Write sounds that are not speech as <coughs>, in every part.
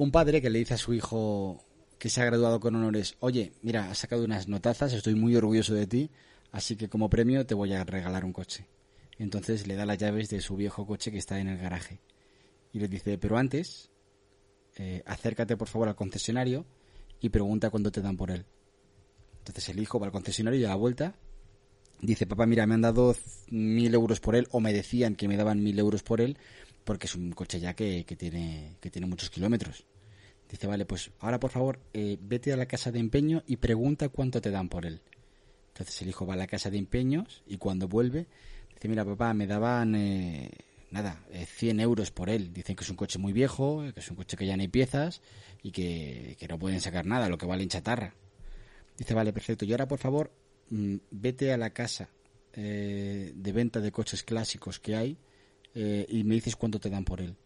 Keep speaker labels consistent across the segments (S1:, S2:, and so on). S1: Un padre que le dice a su hijo que se ha graduado con honores, oye, mira, has sacado unas notazas, estoy muy orgulloso de ti, así que como premio te voy a regalar un coche. Entonces le da las llaves de su viejo coche que está en el garaje. Y le dice, pero antes, eh, acércate por favor al concesionario y pregunta cuándo te dan por él. Entonces el hijo va al concesionario y da la vuelta. Dice, papá, mira, me han dado mil euros por él, o me decían que me daban mil euros por él, porque es un coche ya que, que tiene, que tiene muchos kilómetros. Dice, vale, pues ahora por favor, eh, vete a la casa de empeño y pregunta cuánto te dan por él. Entonces el hijo va a la casa de empeños y cuando vuelve, dice, mira, papá, me daban, eh, nada, eh, 100 euros por él. Dicen que es un coche muy viejo, que es un coche que ya no hay piezas y que, que no pueden sacar nada, lo que vale en chatarra. Dice, vale, perfecto. Y ahora, por favor, mm, vete a la casa eh, de venta de coches clásicos que hay eh, y me dices cuánto te dan por él.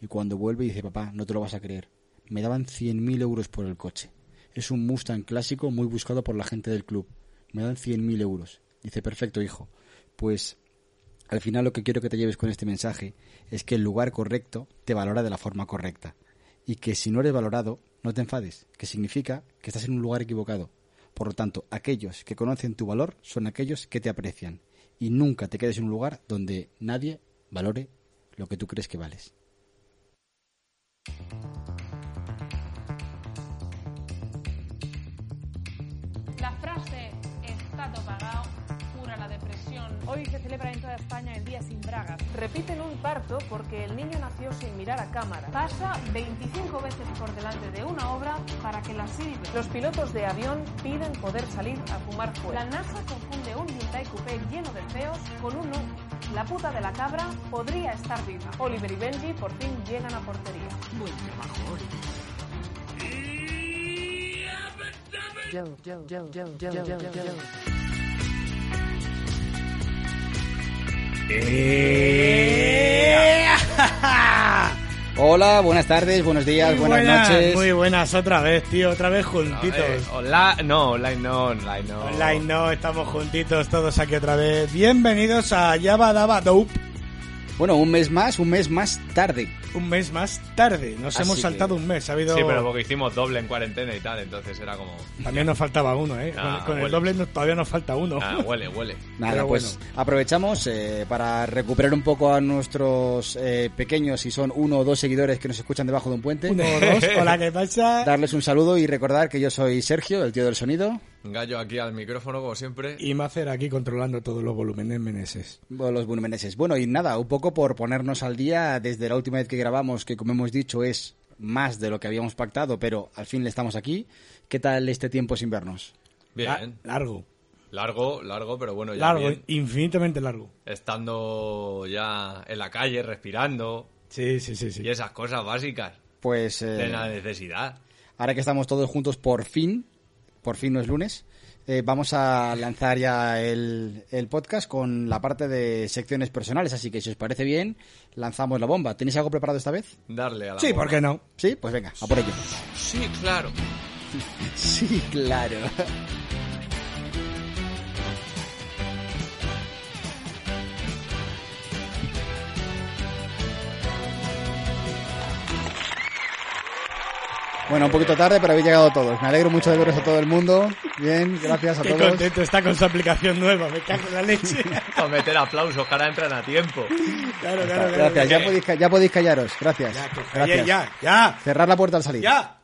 S1: Y cuando vuelve dice, papá, no te lo vas a creer. Me daban 100.000 euros por el coche. Es un Mustang clásico muy buscado por la gente del club. Me dan 100.000 euros. Dice, perfecto, hijo. Pues al final lo que quiero que te lleves con este mensaje es que el lugar correcto te valora de la forma correcta. Y que si no eres valorado, no te enfades, que significa que estás en un lugar equivocado. Por lo tanto, aquellos que conocen tu valor son aquellos que te aprecian. Y nunca te quedes en un lugar donde nadie valore lo que tú crees que vales.
S2: La frase Estado pagado cura la depresión. Hoy se celebra en toda España el Día sin Bragas. Repiten un parto porque el niño nació sin mirar a cámara. Pasa 25 veces por delante de una obra para que la silbe. Los pilotos de avión piden poder salir a fumar fuera. La NASA confunde un Hyundai Coupé lleno de feos con uno. La puta de la cabra podría estar viva. Oliver y Benji por fin llegan a portería.
S1: Hola, buenas tardes, buenos días,
S3: Muy
S1: buenas, noches.
S3: Muy buenas otra vez, tío, otra vez juntitos.
S4: Eh, hola, no, online no, online no.
S3: Online no, estamos juntitos todos aquí otra vez. Bienvenidos a Java Dava Dope,
S1: Bueno, un mes más, un mes más tarde.
S3: un mes más tarde. Nos
S1: Así
S3: hemos
S1: que-
S3: saltado un mes, ha habido...
S4: Sí, pero porque hicimos doble en cuarentena y tal, entonces era como.
S3: También nos faltaba uno, ¿eh?
S4: Ah,
S3: con con el
S4: huele.
S3: doble no- todavía nos falta uno. <laughs>
S4: Ah, huele, huele.
S1: Nada,
S3: Pero
S1: pues aprovechamos eh, para recuperar un poco a nuestros eh, pequeños, si son uno o dos seguidores que nos escuchan debajo de un puente.
S3: Uno,
S4: <laughs>
S3: dos, hola, ¿qué pasa?
S1: Darles un saludo y recordar que yo soy Sergio, el tío del sonido.
S4: Gallo aquí al micrófono, como siempre.
S3: Y Macer aquí controlando todos los volúmenes meneses.
S1: Bueno, Los bunumeneses. Bueno, y nada, un poco por ponernos al día desde la última vez que grabamos, que como hemos dicho es más de lo que habíamos pactado, pero al fin le estamos aquí. ¿Qué tal este tiempo sin vernos?
S4: Bien.
S3: La- largo,
S4: Largo, largo, pero bueno, ya.
S3: largo,
S4: bien.
S3: infinitamente largo.
S4: Estando ya en la calle, respirando
S3: Sí, sí, sí, sí.
S4: y esas cosas básicas
S1: Pues eh,
S4: de la necesidad.
S1: ahora que estamos todos juntos por fin, por fin no es lunes, eh, vamos a lanzar ya el, el podcast con la parte de secciones personales, así que si os parece bien, lanzamos la bomba. ¿Tenéis algo preparado esta vez?
S4: Darle a la.
S3: Sí,
S4: bomba.
S3: ¿por qué no?
S1: Sí, pues venga, a por ello.
S4: Sí, claro.
S1: Sí, claro. Bueno, un poquito tarde, pero habéis llegado todos. Me alegro mucho de veros a todo el mundo. Bien, gracias a
S3: Qué
S1: todos.
S3: contento está con su aplicación nueva, me cago en la leche. <laughs>
S4: Para meter aplausos, que ahora entran a tiempo.
S3: Claro,
S1: Ya
S3: claro,
S1: está,
S3: claro.
S1: Gracias, ya podéis, ca- ya podéis callaros. Gracias.
S3: Ya, que falle,
S1: gracias.
S3: ya, ya,
S1: Cerrar la puerta al salir.
S3: ya.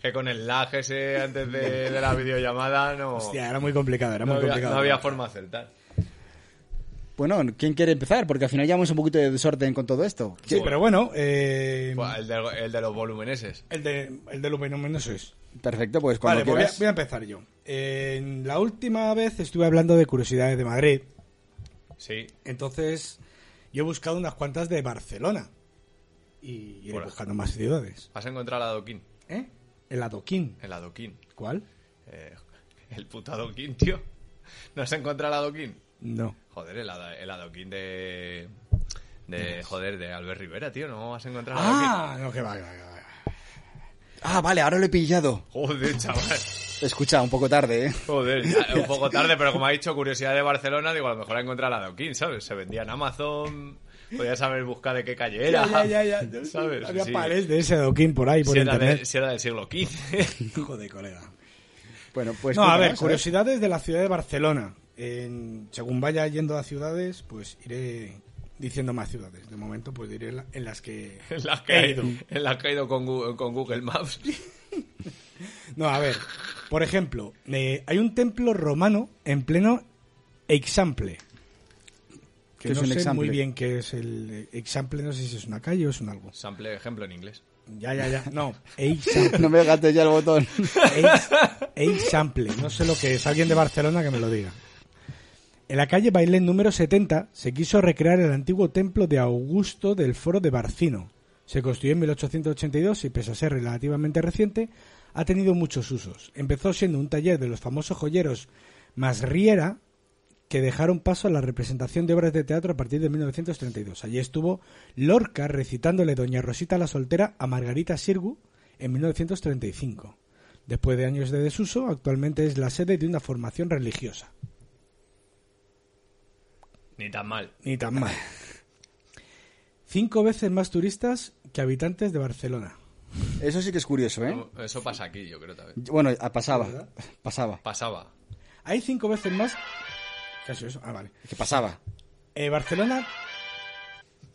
S4: Que con el lag ese antes de, de la videollamada no.
S3: Hostia, era muy complicado, era
S4: no,
S3: muy
S4: había,
S3: complicado.
S4: no había forma de acertar.
S1: Bueno, ¿quién quiere empezar? Porque al final llevamos un poquito de desorden con todo esto.
S3: Sí, pero bueno, eh,
S4: Buah, Pues El de, el de los volúmenes
S3: el de, el de luminoso es.
S1: Perfecto, pues cuando
S3: Vale, pues voy a,
S1: quieras.
S3: voy a empezar yo. En la última vez estuve hablando de curiosidades de Madrid,
S4: Sí.
S3: entonces yo he buscado unas cuantas de Barcelona. y iré
S4: Hola.
S3: buscando más ciudades.
S4: Has encontrado el adoquín.
S3: ¿Eh? El adoquín.
S4: El adoquín.
S3: ¿Cuál?
S4: Eh, el puto adoquín, tío. ¿No has encontrado el adoquín?
S3: No.
S4: Joder, el, ada- el adoquín de... De, joder, de Albert Rivera, tío, no has encontrado el adoquín.
S3: Ah, no, que va, que va, que va.
S1: Ah, vale, ahora lo he pillado.
S4: Joder, chaval.
S1: Escucha, un poco tarde, ¿eh?
S4: Joder, ya, un poco tarde, pero como ha dicho, curiosidad de Barcelona, digo, a lo mejor ha encontrado el adoquín, ¿sabes? Se vendía en Amazon, podías haber buscado de qué calle era.
S3: Ya, ya, ya, ya.
S4: <laughs> ¿Sabes?
S3: Había
S4: Sí.
S3: pares de ese adoquín por ahí, por
S4: Si era, de- este.
S3: internet.
S4: si era del siglo XV.
S3: Joder, colega.
S1: Bueno, pues.
S3: no, a ver,
S1: cuéntanos,
S3: curiosidades de la ciudad de Barcelona. En- según vaya yendo a ciudades, pues iré diciendo más ciudades. De momento, pues diré la- en las
S1: <laughs>
S3: que...
S4: <laughs> En las que ha ido, en las que ha ido con, Gu- con Google Maps.
S3: No, a ver. Por ejemplo, eh, hay un templo romano en pleno Example.
S1: ¿Qué
S3: Que
S1: es
S3: no
S1: un
S3: sé muy
S1: Example?
S3: bien qué es el Example, no sé si es una calle o es un algo.
S4: Sample ejemplo en inglés.
S3: Ya, ya, ya.
S1: <laughs>
S3: No,
S1: ¿eh? <laughs>
S3: Example.
S1: No me gates ya el botón.
S3: Ex- Example. No sé lo que es. Alguien de Barcelona que me lo diga. En la calle Bailén número 70 se quiso recrear el antiguo templo de Augusto del Foro de Barcino. Se construyó en 1882 y pese a ser relativamente reciente, ha tenido muchos usos. Empezó siendo un taller de los famosos joyeros Masriera que dejaron paso a la representación de obras de teatro a partir de 1932. Allí estuvo Lorca recitándole Doña Rosita la Soltera a Margarita Sirgu en 1935. Después de años de desuso, actualmente es la sede de una formación religiosa.
S4: Ni tan mal.
S3: Ni tan mal. Cinco veces más turistas que habitantes de Barcelona.
S1: Eso sí que es curioso, ¿eh?
S4: Eso pasa aquí, yo creo también.
S1: Bueno, ah, pasaba. Pasaba.
S4: Pasaba.
S3: Hay cinco veces más... ¿Qué ha sido eso? Ah, vale.
S1: Que pasaba.
S3: Eh, Barcelona...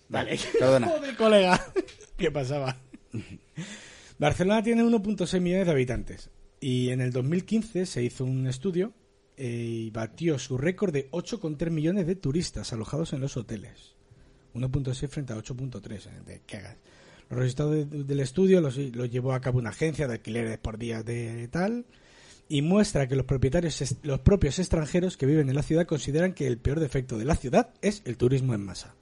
S3: Vale.
S1: Perdona.
S3: Joder, colega. <laughs> ¿Qué pasaba? Barcelona tiene 1.6 millones de habitantes. Y en el 2015 se hizo un estudio eh, y batió su récord de 8,3 millones de turistas alojados en los hoteles. 1.6 frente a 8.3. eh, de cagas. Los resultados de- del estudio los, los llevó a cabo una agencia de alquileres por día de tal y muestra que los propietarios, es- los propios extranjeros que viven en la ciudad consideran que el peor defecto de la ciudad es el turismo en masa.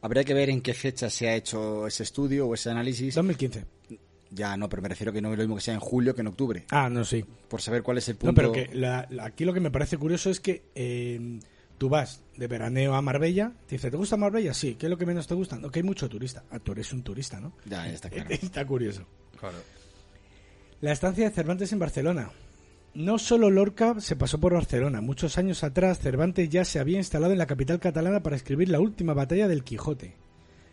S1: Habría que ver en qué fecha se ha hecho ese estudio o ese análisis.
S3: 2015.
S1: Ya, no, pero me refiero que no es lo mismo que sea en julio que en octubre.
S3: Ah, no, sí.
S1: Por saber cuál es el punto.
S3: No, pero que la- la- aquí lo que me parece curioso es que eh, tú vas de veraneo a Marbella, te dice, ¿te gusta Marbella? Sí, ¿qué es lo que menos te gusta? No, que hay mucho turista. Ah, tú eres un turista, ¿no?
S1: Ya,
S3: <laughs>
S1: está claro.
S3: Está curioso.
S4: Claro.
S3: La estancia de Cervantes en Barcelona. No solo Lorca se pasó por Barcelona. Muchos años atrás, Cervantes ya se había instalado en la capital catalana para escribir la última batalla del Quijote.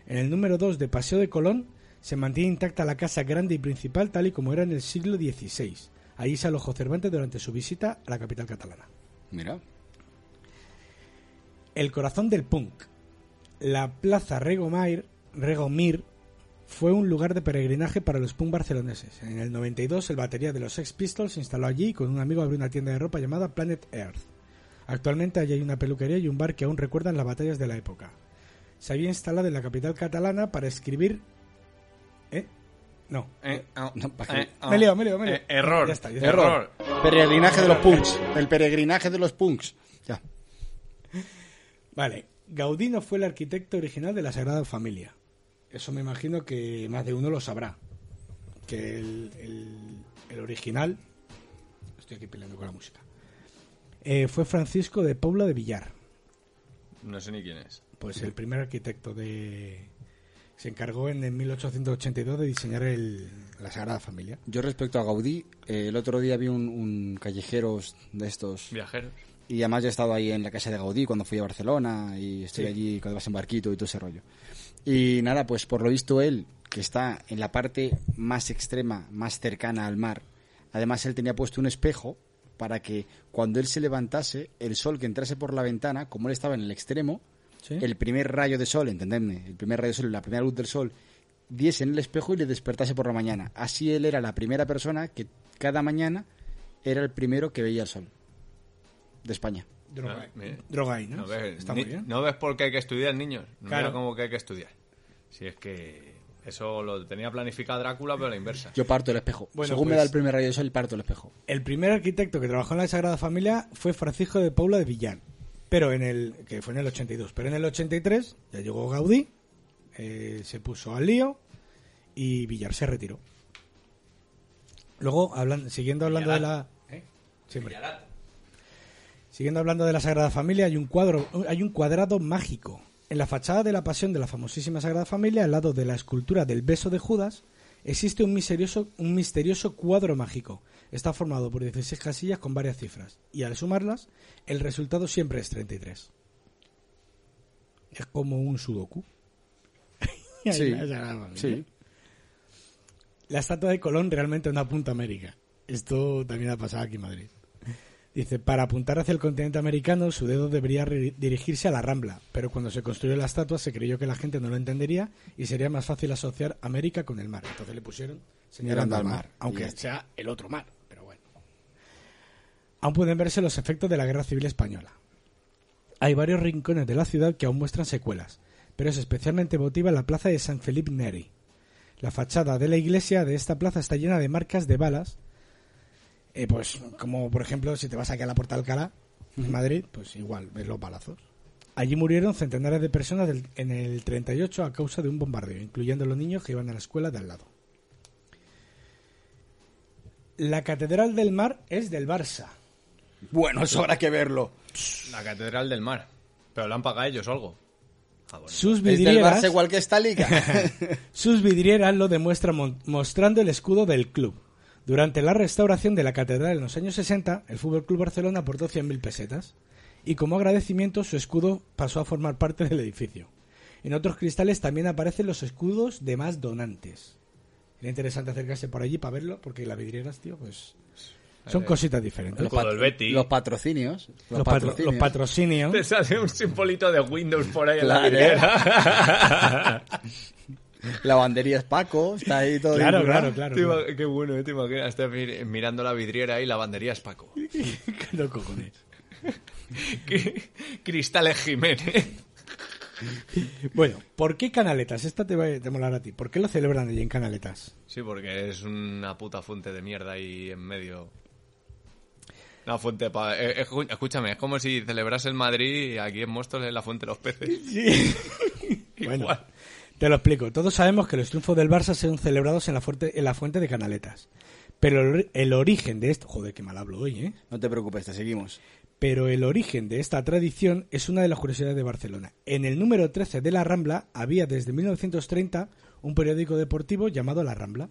S3: En el número 2 de Paseo de Colón se mantiene intacta la casa grande y principal tal y como era en el siglo XVI. Allí se alojó Cervantes durante su visita a la capital catalana.
S1: Mira.
S3: El corazón del punk. La plaza Regomir, Regomir fue un lugar de peregrinaje para los punk barceloneses. En el 92, el batería de los Sex Pistols se instaló allí y con un amigo abrió una tienda de ropa llamada Planet Earth. Actualmente allí hay una peluquería y un bar que aún recuerdan las batallas de la época. Se había instalado en la capital catalana para escribir... ¿Eh? No.
S4: Eh, ah,
S1: No, pa' que-
S4: eh, ah.
S3: Me he liado, me he liado, me he liado.
S4: Eh, error.
S3: Ya está, ya está.
S4: error.
S1: Peregrinaje de los punks. El peregrinaje de los punks. Ya.
S3: Vale, Gaudí no fue el arquitecto original de la Sagrada Familia. Eso me imagino que más de uno lo sabrá. Que el, el- el original. Estoy aquí peleando con la música. Eh, fue Francisco de Paula de Villar.
S4: No sé ni quién es.
S3: Pues el primer arquitecto de. Se encargó en el 1882 de diseñar el- la Sagrada Familia.
S1: Yo respecto a Gaudí, eh, el otro día vi un, un callejeros de estos.
S4: Viajeros.
S1: Y además yo he estado ahí en la casa de Gaudí cuando fui a Barcelona y estoy allí cuando vas en barquito y todo ese rollo. Y nada, pues por lo visto él, que está en la parte más extrema, más cercana al mar, además él tenía puesto un espejo para que cuando él se levantase, el sol que entrase por la ventana, como él estaba en el extremo,
S3: ¿Sí?
S1: el primer rayo de sol, entendedme, el primer rayo de sol, la primera luz del sol, diese en el espejo y le despertase por la mañana. Así él era la primera persona que cada mañana era el primero que veía el sol de España.
S3: Droga,
S4: Ah, mira.
S3: Drogaín, ¿no?
S4: No ves,
S3: Está
S4: ni-
S3: muy bien.
S4: no ves por qué hay que estudiar, niños. No
S3: Claro.
S4: Mira cómo que hay que estudiar. Si es que eso lo tenía planificado Drácula, pero a la inversa.
S1: Yo parto el espejo.
S3: Bueno,
S1: Según me
S3: pues-
S1: da el primer rayo de sol, parto el espejo.
S3: El primer arquitecto que trabajó en la Sagrada Familia fue Francisco de Paula de Villán, pero en el que fue en el 82, pero en el 83 ya llegó Gaudí eh, se puso al lío y Villar se retiró. Luego, hablando, siguiendo hablando
S4: Villarat.
S3: de la... Siempre.
S4: Villarat.
S3: Siguiendo hablando de la Sagrada Familia, hay un cuadro, hay un cuadrado mágico. En la fachada de la Pasión de la famosísima Sagrada Familia, al lado de la escultura del beso de Judas, existe un misterioso, un misterioso cuadro mágico. Está formado por 16 casillas con varias cifras, y al sumarlas, el resultado siempre es 33. Es como un sudoku. <laughs> Ahí
S1: Sí,
S3: en la Sagrada Familia.
S1: Sí.
S3: La estatua de Colón realmente no apunta a América. Esto también ha pasado aquí en Madrid. Dice, para apuntar hacia el continente americano, su dedo debería re- dirigirse a la Rambla, pero cuando se construyó la estatua se creyó que la gente no lo entendería y sería más fácil asociar América con el mar. Entonces le pusieron señalando al mar,
S1: Y
S3: aunque
S1: ya está.
S3: sea el otro mar, pero bueno. Aún pueden verse los efectos de la Guerra Civil Española. Hay varios rincones de la ciudad que aún muestran secuelas, pero es especialmente emotiva la plaza de San Felipe Neri. La fachada de la iglesia de esta plaza está llena de marcas de balas. Eh, pues, como por ejemplo, si te vas aquí a la Puerta de Alcalá, en Madrid, pues igual, ves los balazos. Allí murieron centenares de personas del- en el 38 a causa de un bombardeo, incluyendo los niños que iban a la escuela de al lado. La Catedral del Mar es del Barça.
S1: Bueno, es hora que verlo.
S4: La Catedral del Mar. Pero la han pagado ellos o algo. Ah, bueno.
S3: Sus
S1: Es del
S3: vidrieras,
S1: Barça igual que esta
S3: <laughs>
S1: liga.
S3: sus vidrieras lo demuestran mon- mostrando el escudo del club. Durante la restauración de la catedral en los años 60, el Fútbol Club Barcelona aportó 100.000 pesetas y como agradecimiento su escudo pasó a formar parte del edificio. En otros cristales también aparecen los escudos de más donantes. Era interesante acercarse por allí para verlo porque las vidrieras, tío, pues son
S4: Eh,
S3: cositas diferentes.
S4: el
S3: Los,
S4: cuadro del Betty.
S1: los patrocinios. Los,
S3: patro- los
S4: <laughs>
S3: patrocinios.
S4: Te sale un simbolito de Windows por ahí en la
S1: Claro.
S4: vidriera.
S1: Lavanderías Paco, está ahí todo.
S3: Claro,
S1: vinculado.
S3: claro, claro.
S4: <laughs> Te
S3: claro.
S4: ima- Qué bueno, ¿eh? te imaginas. Estás mir- mirando la vidriera y lavanderías Paco.
S3: Los cojones.
S4: <laughs> Qué- Cristales Jiménez.
S3: Bueno, ¿por qué Canaletas? Esta te va a te molar a ti. ¿Por qué lo celebran allí en Canaletas?
S4: Sí, porque es una puta fuente de mierda ahí en medio. Una fuente pa- eh, eh, escu- Escúchame, es como si celebrase en Madrid y aquí en Móstoles es la fuente de los peces. <laughs>
S3: Bueno,
S4: Igual.
S3: te lo explico. Todos sabemos que los triunfos del Barça son celebrados en la, fuerte- en la fuente de Canaletas. Pero el, ori- el origen de esto... Joder, qué mal hablo hoy, ¿eh?
S1: No te preocupes, te seguimos.
S3: Pero el origen de esta tradición es una de las curiosidades de Barcelona. En el número 13 de La Rambla había desde 1930 un periódico deportivo llamado La Rambla.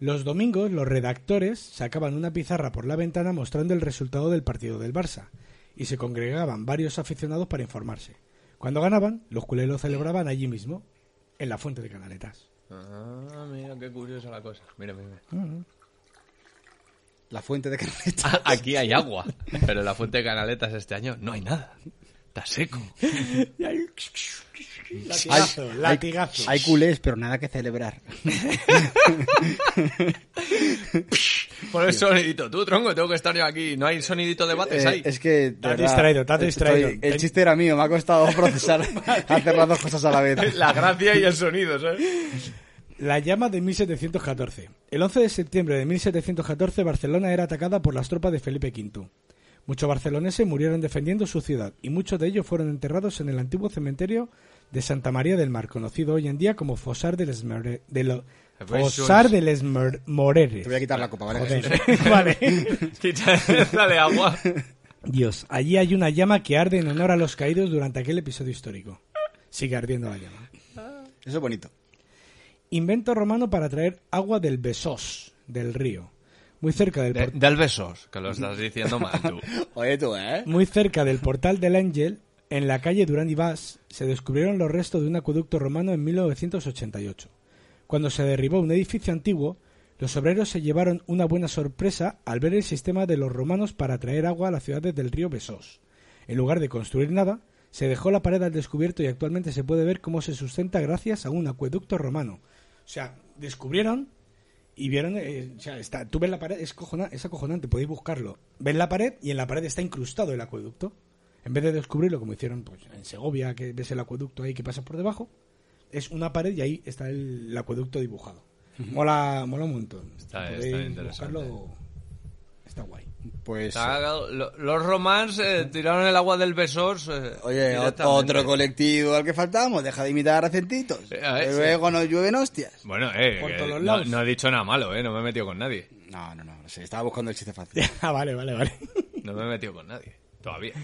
S3: Los domingos los redactores sacaban una pizarra por la ventana mostrando el resultado del partido del Barça y se congregaban varios aficionados para informarse. Cuando ganaban, los culés lo celebraban allí mismo, en la fuente de Canaletas.
S4: Ah, mira, qué curiosa la cosa. Mira, mira.
S1: La fuente de <laughs> Canaletas.
S4: Ah, Aquí hay agua, pero en la fuente de canaletas este año no hay nada. Está seco.
S3: Latigazo, latigazo.
S1: Hay culés, pero nada que
S4: <laughs>
S1: celebrar.
S4: Por el sonidito. Tú, tronco, tengo que estar yo aquí. No hay sonidito de bates
S1: Eh,
S4: ahí.
S1: es que. de
S3: Te has
S1: verdad,
S3: distraído, te has distraído.
S1: estoy- el chiste era mío, me ha costado <laughs> procesar, hacer las dos cosas a la vez.
S4: <laughs> La gracia y el sonido, ¿sabes? <laughs>
S3: La llama de 1714. El 11 de septiembre de 1714 Barcelona era atacada por las tropas de Felipe V. Muchos barceloneses murieron defendiendo su ciudad y muchos de ellos fueron enterrados en el antiguo cementerio de Santa María del Mar, conocido hoy en día como Fosar del Esmore- de lo- Fossar del Esmer- Moreres.
S1: Te voy a quitar la copa, ¿vale? Jesús?
S3: Joder. <laughs> vale.
S4: <laughs> Dale agua.
S3: Dios, allí hay una llama que arde en honor a los caídos durante aquel episodio histórico. Sigue ardiendo la llama.
S1: <laughs> Eso es bonito.
S3: Invento romano para traer agua del Besós, del río. Muy cerca del,
S4: De-
S3: por-
S4: Eh, del besos, que lo <laughs> estás diciendo mal tú.
S1: Oye, tú, ¿eh?
S4: Mm.
S3: muy cerca del portal del Ángel, en la calle Durán y Bas, se descubrieron los restos de un acueducto romano en 1988. Cuando se derribó un edificio antiguo, los obreros se llevaron una buena sorpresa al ver el sistema de los romanos para traer agua a las ciudades del río Besós. En lugar de construir nada, se dejó la pared al descubierto y actualmente se puede ver cómo se sustenta gracias a un acueducto romano. O sea, descubrieron y vieron, eh, o sea, está, tú ves la pared, es, cojona- es acojonante, podéis buscarlo. Ves la pared y en la pared está incrustado el acueducto. En vez de descubrirlo como hicieron pues, en Segovia, que ves el acueducto ahí que pasa por debajo, es una pared y ahí está el, acueducto dibujado. Mola, mola un montón.
S4: Está-
S3: Podéis
S4: está interesante.
S3: buscarlo, está guay. <laughs>
S1: Pues.
S4: Está cagado. Lo- Los romans eh, tiraron el agua del Besós. eh,
S1: Oye,
S4: directamente.
S1: ot- otro colectivo al que faltamos, deja de imitar a Centitos.
S4: Eh, a ver,
S1: Que luego nos llueven hostias.
S4: Bueno, eh,
S3: Por
S4: que
S3: todos los
S4: no,
S3: lados.
S4: no he dicho nada malo, eh, no me he metido con nadie.
S1: No, no, no, sí, estaba buscando el chiste fácil. <laughs>
S3: ah, vale, vale,
S4: <laughs>
S3: vale.
S4: No me he metido con nadie. Todavía.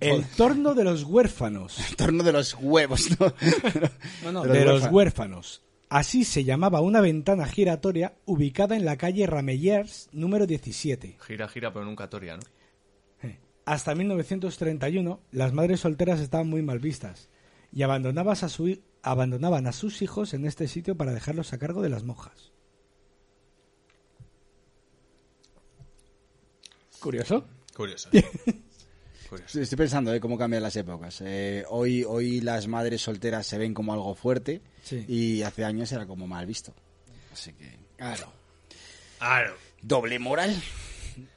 S3: El torno de los huérfanos.
S1: El torno de los huevos,
S4: <laughs>
S1: ¿no?
S3: de, los huérfanos. Así se llamaba una ventana giratoria ubicada en la calle Ramellers número 17.
S4: Gira, gira, pero nunca toria, ¿no?
S3: Hasta 1931, las madres solteras estaban muy mal vistas y abandonabas a su hi- abandonaban a sus hijos en este sitio para dejarlos a cargo de las monjas. Curioso.
S4: Curioso. Curioso.
S1: Estoy pensando ¿eh? cómo cambian las épocas. Eh, hoy, hoy las madres solteras se ven como algo fuerte
S3: Sí.
S1: y hace años era como mal visto. Así que, claro.
S4: Claro.
S1: Doble moral.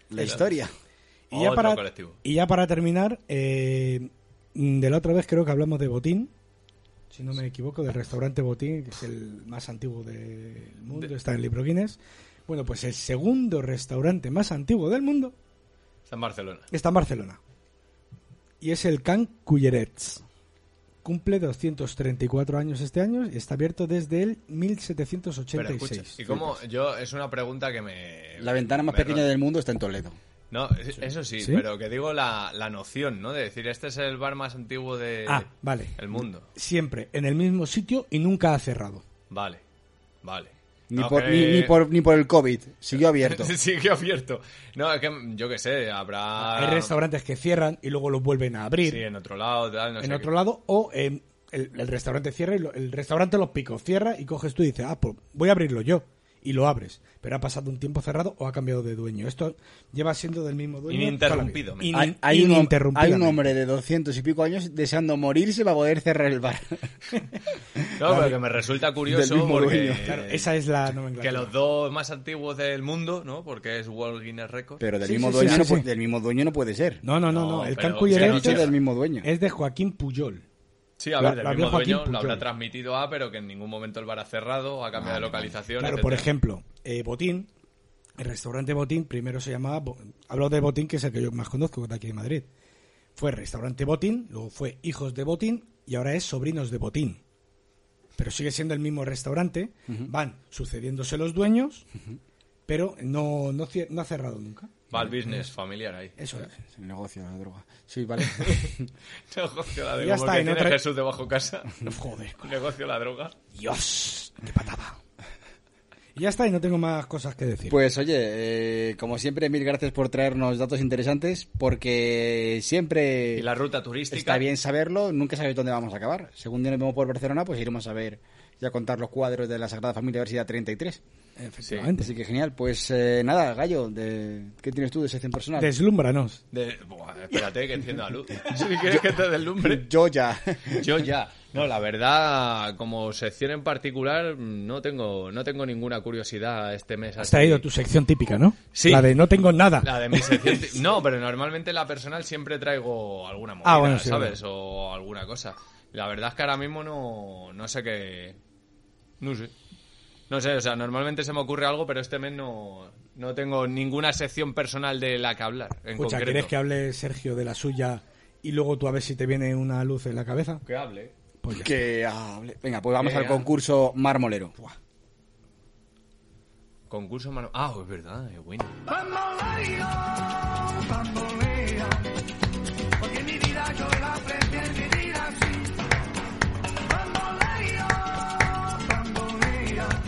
S1: La historia.
S3: Y ya,
S4: Otro
S3: para,
S4: colectivo.
S3: y ya para terminar, eh, mm, de la otra vez creo que hablamos de Botín, si no me equivoco, del restaurante Botín, que es el más antiguo del mundo, está en el libro Guinness. Bueno, pues el segundo restaurante más antiguo del mundo
S4: Está en Barcelona.
S3: está en Barcelona. Y es el Can Cullerets. Cumple 234 años este año y está abierto desde el
S4: Pero escucha,
S3: 1786.
S4: ¿y cómo? Yo, es una pregunta que me...
S1: La ventana más
S4: me
S1: pequeña
S4: ro-
S1: del mundo está en Toledo.
S4: No, es- eso sí,
S3: ¿Sí?
S4: pero que digo la, la noción, ¿no? De decir, este es el bar más antiguo de...
S3: Ah, vale.
S4: El mundo.
S3: Siempre en el mismo sitio y nunca ha cerrado.
S4: Vale, vale.
S1: Ni,
S4: No,
S1: por,
S4: que-
S1: ni, ni
S4: <laughs>
S1: por, ni por el COVID. Siguió <laughs> abierto.
S4: Sí, sí, que abierto. No, es que yo qué sé, habrá...
S3: Hay restaurantes que cierran y luego los vuelven a abrir
S4: Ah. Sí, en otro lado, tal, no
S3: en
S4: sé
S3: otro
S4: qué.
S3: lado o eh, el, el restaurante cierra y lo- el restaurante Los Picos cierra y coges tú y dices, ah, pues voy a abrirlo yo y lo abres, pero ha pasado un tiempo cerrado o ha cambiado de dueño. Esto lleva siendo del mismo dueño.
S4: Ininterrumpido,
S3: toda la vida.
S4: me-
S1: Hay,
S3: Inin-
S1: hay un, hom- hay
S3: ininterrumpidamente.
S1: un hombre de 200 y pico años deseando morirse para poder cerrar el bar.
S4: No, pero que me resulta curioso
S1: Del mismo
S4: porque...
S1: dueño.
S3: Claro, esa es la nomenclatura.
S4: Que los dos más antiguos del mundo, ¿no? Porque es World Guinness
S1: <laughs>
S4: Record.
S1: Pero del,
S3: Sí,
S1: mismo,
S3: sí, sí,
S1: dueño
S3: sí,
S1: no
S3: sí.
S1: pu- del mismo dueño no puede ser.
S3: No, no, no, no,
S4: No,
S3: el
S1: Se
S3: Can
S4: pero- Pero
S1: ha
S3: Cullerén
S4: no
S1: dicho
S4: cierra.
S1: del mismo dueño.
S3: es de Joaquín Puyol.
S4: Sí, a
S3: Lo-
S4: ver,
S3: lo
S4: del
S3: abrió
S4: mismo
S3: Joaquín
S4: dueño lo
S3: Puyol.
S4: habrá transmitido a, pero que en ningún momento el bar ha cerrado, ha cambiado de localización.
S3: Claro,
S4: etcétera.
S3: por ejemplo, eh, Botín, el restaurante Botín, primero se llamaba, Bo- hablo de Botín, que es el que yo más conozco de aquí de Madrid. Fue restaurante Botín, luego fue Hijos de Botín y ahora es Sobrinos de Botín. Pero sigue siendo el mismo restaurante, van sucediéndose los dueños, pero no, no, cier- no ha cerrado nunca.
S4: Va al business familiar ahí. <laughs>
S3: Eso es.
S1: El negocio de la droga. Sí, <laughs> vale.
S4: Negocio la droga.
S3: Ya está,
S4: porque
S3: y no
S4: tiene
S3: tra-
S4: Jesús debajo casa. <laughs>
S3: Joder, co-
S4: Negocio la droga.
S3: Dios, qué patada. Y ya está, y no tengo más cosas que decir.
S1: Pues oye, eh, como siempre, mil gracias por traernos datos interesantes, porque siempre
S3: Eh,
S4: Y la ruta turística.
S1: está bien saberlo, nunca sabes dónde vamos a acabar. Según día nos vemos por Barcelona, pues iremos a ver y a contar los cuadros de la Sagrada Familia, a ver si da 33.
S3: Efectivamente.
S1: Así que genial, pues eh, nada, Gallo, de, ¿qué tienes tú de sección personal?
S3: Deslúmbranos.
S4: De- Buah, espérate que encienda la <laughs> luz. Si quieres que te deslumbre.
S1: Yo ya. <laughs>
S4: Yo ya. No, la verdad, como sección en particular, no tengo, no tengo ninguna curiosidad este mes.
S3: Has
S4: así.
S3: traído tu sección típica, ¿no?
S4: Sí.
S3: La de no tengo nada. <laughs>
S4: La de mi sección ti- No, pero normalmente la personal siempre traigo alguna movida,
S3: Ah, bueno, sí,
S4: ¿sabes? O alguna cosa. La verdad es que ahora mismo no, no sé qué. No sé. No sé, o sea, normalmente se me ocurre algo, pero este mes no, no tengo ninguna sección personal de la que hablar. En
S3: Escucha,
S4: concreto.
S3: ¿quieres que hable Sergio de la suya y luego tú a ver si te viene una luz en la cabeza?
S4: Que hable.
S3: Pues ya.
S1: que hable. Venga, pues vamos al
S4: Venga.
S1: concurso marmolero.
S4: Concurso mano. Ah, es verdad, es bueno.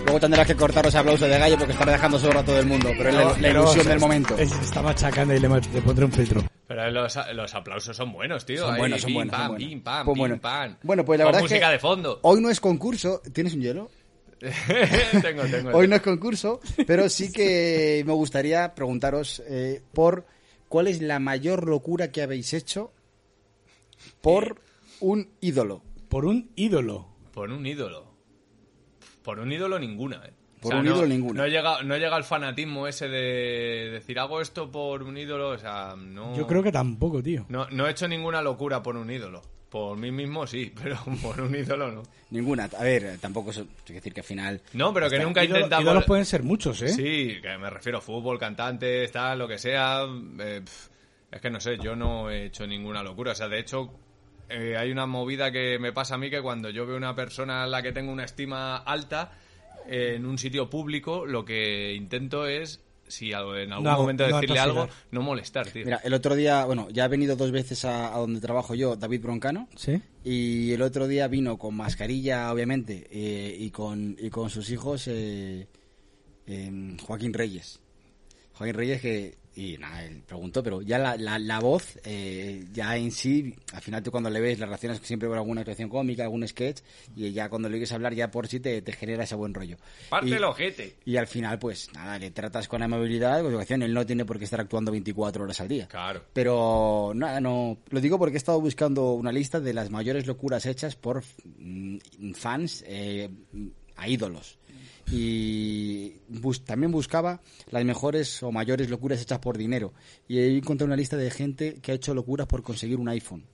S1: Luego tendrás que cortar los aplausos de Gallo porque estará dejando solo a todo el mundo, pero es la, la
S3: Pero
S1: ilusión
S3: se-
S1: del momento.
S3: es- está machacando y le, ma- le pondré un filtro.
S4: Pero los, los aplausos son buenos, tío.
S1: Son
S4: Ahí,
S1: buenos, son
S4: pim,
S1: buenos, son
S4: pam,
S1: buenos.
S4: pim, pam,
S1: Pues
S4: pim,
S1: bueno.
S4: pam.
S1: Bueno, pues la
S4: Con
S1: verdad es
S4: música
S1: que- Oh.
S4: de fondo.
S1: Hoy no es concurso, ¿tienes un hielo?
S4: <laughs> tengo, tengo.
S1: Hoy no es concurso, pero sí
S4: <laughs>
S1: que me gustaría preguntaros eh, por cuál es la mayor locura que habéis hecho
S4: Eh.
S1: por un ídolo.
S3: Por un ídolo.
S4: Por un ídolo. Por un ídolo ninguna, eh.
S1: Por un
S4: no-
S1: ídolo ninguna.
S4: No llega, no llega al fanatismo ese de decir hago esto por un ídolo. O sea, no.
S3: Yo creo que tampoco, tío.
S4: No, no he hecho ninguna locura por un ídolo. Por mí mismo sí, <laughs> pero por un ídolo no.
S1: Ninguna. A ver, eh, tampoco es... Hay que decir que al final...
S4: No, pero que nunca
S3: Ídolo-
S4: intentamos...
S3: ídolos pueden ser muchos, ¿eh?
S4: Sí, que me refiero a fútbol, cantantes, tal, lo que sea. eh, pf, es que no sé, yo no he hecho ninguna locura. O sea, de hecho, eh, hay una movida que me pasa a mí que cuando yo veo una persona a la que tengo una estima alta eh, en un sitio público, lo que intento es, si algo- en algún
S3: No,
S4: momento
S3: no
S4: decirle
S3: atosigar.
S4: algo, no molestar, tío.
S1: Mira, el otro día, bueno, ya ha venido dos veces a, a donde trabajo yo, David Broncano,
S3: ¿Sí?
S1: y el otro día vino con mascarilla, obviamente, eh, y, con, y con sus hijos eh, em, Joaquín Reyes. Joaquín Reyes que, y nada, él preguntó, pero ya la, la, la voz, eh, ya en sí, al final tú cuando le ves las reacciones siempre por alguna actuación cómica, algún sketch, y ya cuando le oyes hablar ya por sí te, te genera ese buen rollo.
S4: Parte
S1: Y-
S4: el ojete.
S1: y al final, pues nada, le tratas con amabilidad, con educación. Él no tiene por qué estar actuando 24 horas al día.
S4: Claro.
S1: Pero nada, no. Lo digo porque he estado buscando una lista de las mayores locuras hechas por mm, fans eh, a ídolos. Y bus- también buscaba las mejores o mayores locuras hechas por dinero. Y ahí encontré una lista de gente que ha hecho locuras por conseguir un iPhone.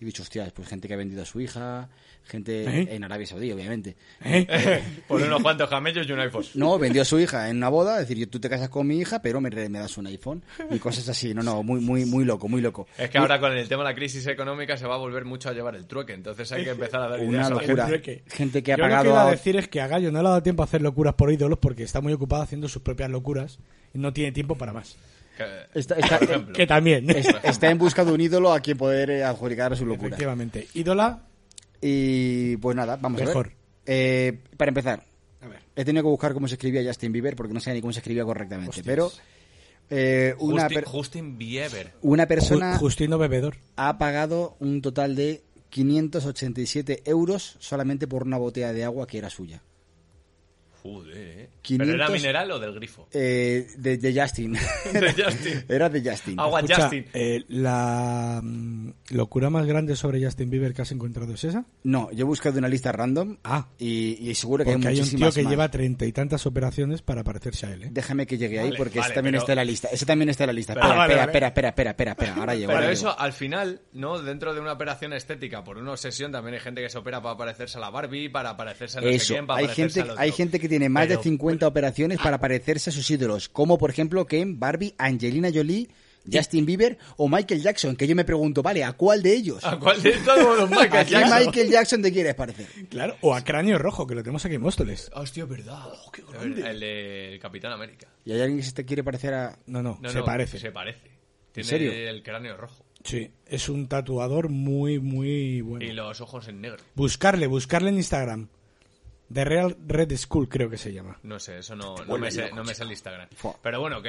S1: Y he dicho, hostias, pues gente que ha vendido a su hija, gente
S3: ¿Eh?
S1: en Arabia Saudí, obviamente.
S4: Por unos cuantos camellos y un iPhone.
S1: No, vendió a su hija en una boda, es decir, yo- tú te casas con mi hija, pero me, re- me das un iPhone y cosas así. No, no, muy, muy, muy loco, muy loco.
S4: Es que ahora con el tema de la crisis económica se va a volver mucho a llevar el trueque, entonces hay que empezar a dar ideas
S1: Una
S3: <laughs>
S4: a la gente.
S1: locura.
S3: Gente que-
S1: Gente que ha
S3: Yo lo que
S1: pagado
S3: iba a
S1: a-
S3: decir es que a Gallo no le ha dado tiempo a hacer locuras por ídolos porque está muy ocupado haciendo sus propias locuras y no tiene tiempo para más.
S4: Que-
S1: Está, está-
S4: Por ejemplo.
S3: Que también.
S1: es- está en busca de un ídolo a quien poder eh, adjudicar su locura.
S3: <laughs> Efectivamente. Ídola,
S1: Y pues nada, vamos a
S3: Mejor.
S1: ver. Eh, para empezar,
S3: a ver,
S1: he tenido que buscar cómo se escribía Justin Bieber porque no sé ni cómo se escribía correctamente,
S3: Hostias.
S1: pero eh, una,
S4: Justin,
S1: per-
S4: Justin Bieber.
S1: una
S3: Ju-
S1: persona
S3: Justino Bebedor.
S1: ha pagado un total de 587 euros solamente por una botella de agua que era suya.
S4: Joder, ¿eh?
S1: 500
S4: ¿Pero era mineral o del grifo?
S1: Eh, de, de Justin.
S4: De <laughs> Justin.
S1: <laughs> Era de Justin.
S4: Agua
S3: Escucha,
S4: Justin.
S3: eh, la mm, locura más grande sobre Justin Bieber que has encontrado es esa.
S1: No, yo he buscado una lista random
S3: Ah.
S1: y, y seguro que
S3: Porque
S1: hay
S3: hay un tío
S1: muchísimas
S3: que
S1: más.
S3: lleva treinta y tantas operaciones para parecerse a él. ¿eh?
S1: Déjame que llegue ahí
S4: Vale,
S1: porque
S4: vale,
S1: ese también
S4: pero-
S1: está en la lista. Ese también está en la lista.
S4: Vale,
S1: Espera,
S4: vale,
S1: espera,
S4: vale.
S1: espera, espera, espera, espera, espera. Ahora llego.
S4: Pero
S1: ahora
S4: eso,
S1: llego.
S4: al final, ¿no? Dentro de una operación estética, por una obsesión, también hay gente que se opera para parecerse a la Barbie, para parecerse a no sé
S1: Eso,
S4: quién, para
S1: hay
S4: parecerse
S1: gente,
S4: al otro.
S1: hay gente que tiene más
S4: Pero- pues,
S1: de 50 operaciones para parecerse a sus ídolos, como por ejemplo Ken, Barbie, Angelina Jolie, Justin Bieber o Michael Jackson, que yo me pregunto, vale, ¿a cuál de ellos?
S4: <laughs> ¿A cuál de todos los
S1: ¿A
S4: Michael
S1: qué
S4: Jackson?
S1: Michael Jackson te quieres parecer?
S3: Claro. O a Cráneo Rojo, que lo tenemos aquí en Móstoles.
S4: Hostia, verdad. Oh, el, el de Capitán América.
S1: ¿Y hay alguien que se te quiere parecer a,
S3: No, no,
S4: No,
S3: se
S4: no,
S3: parece.
S4: Se parece. Tiene
S1: serio?
S4: el cráneo rojo
S3: Sí, es un tatuador muy, muy bueno.
S4: y los ojos en negro.
S3: Buscarle, buscarle en Instagram. The Real Red School, creo que se llama.
S4: No sé, eso no, no, me,
S1: vuelves
S4: sé,
S1: loco,
S4: no me sé el Instagram. Pero bueno, que...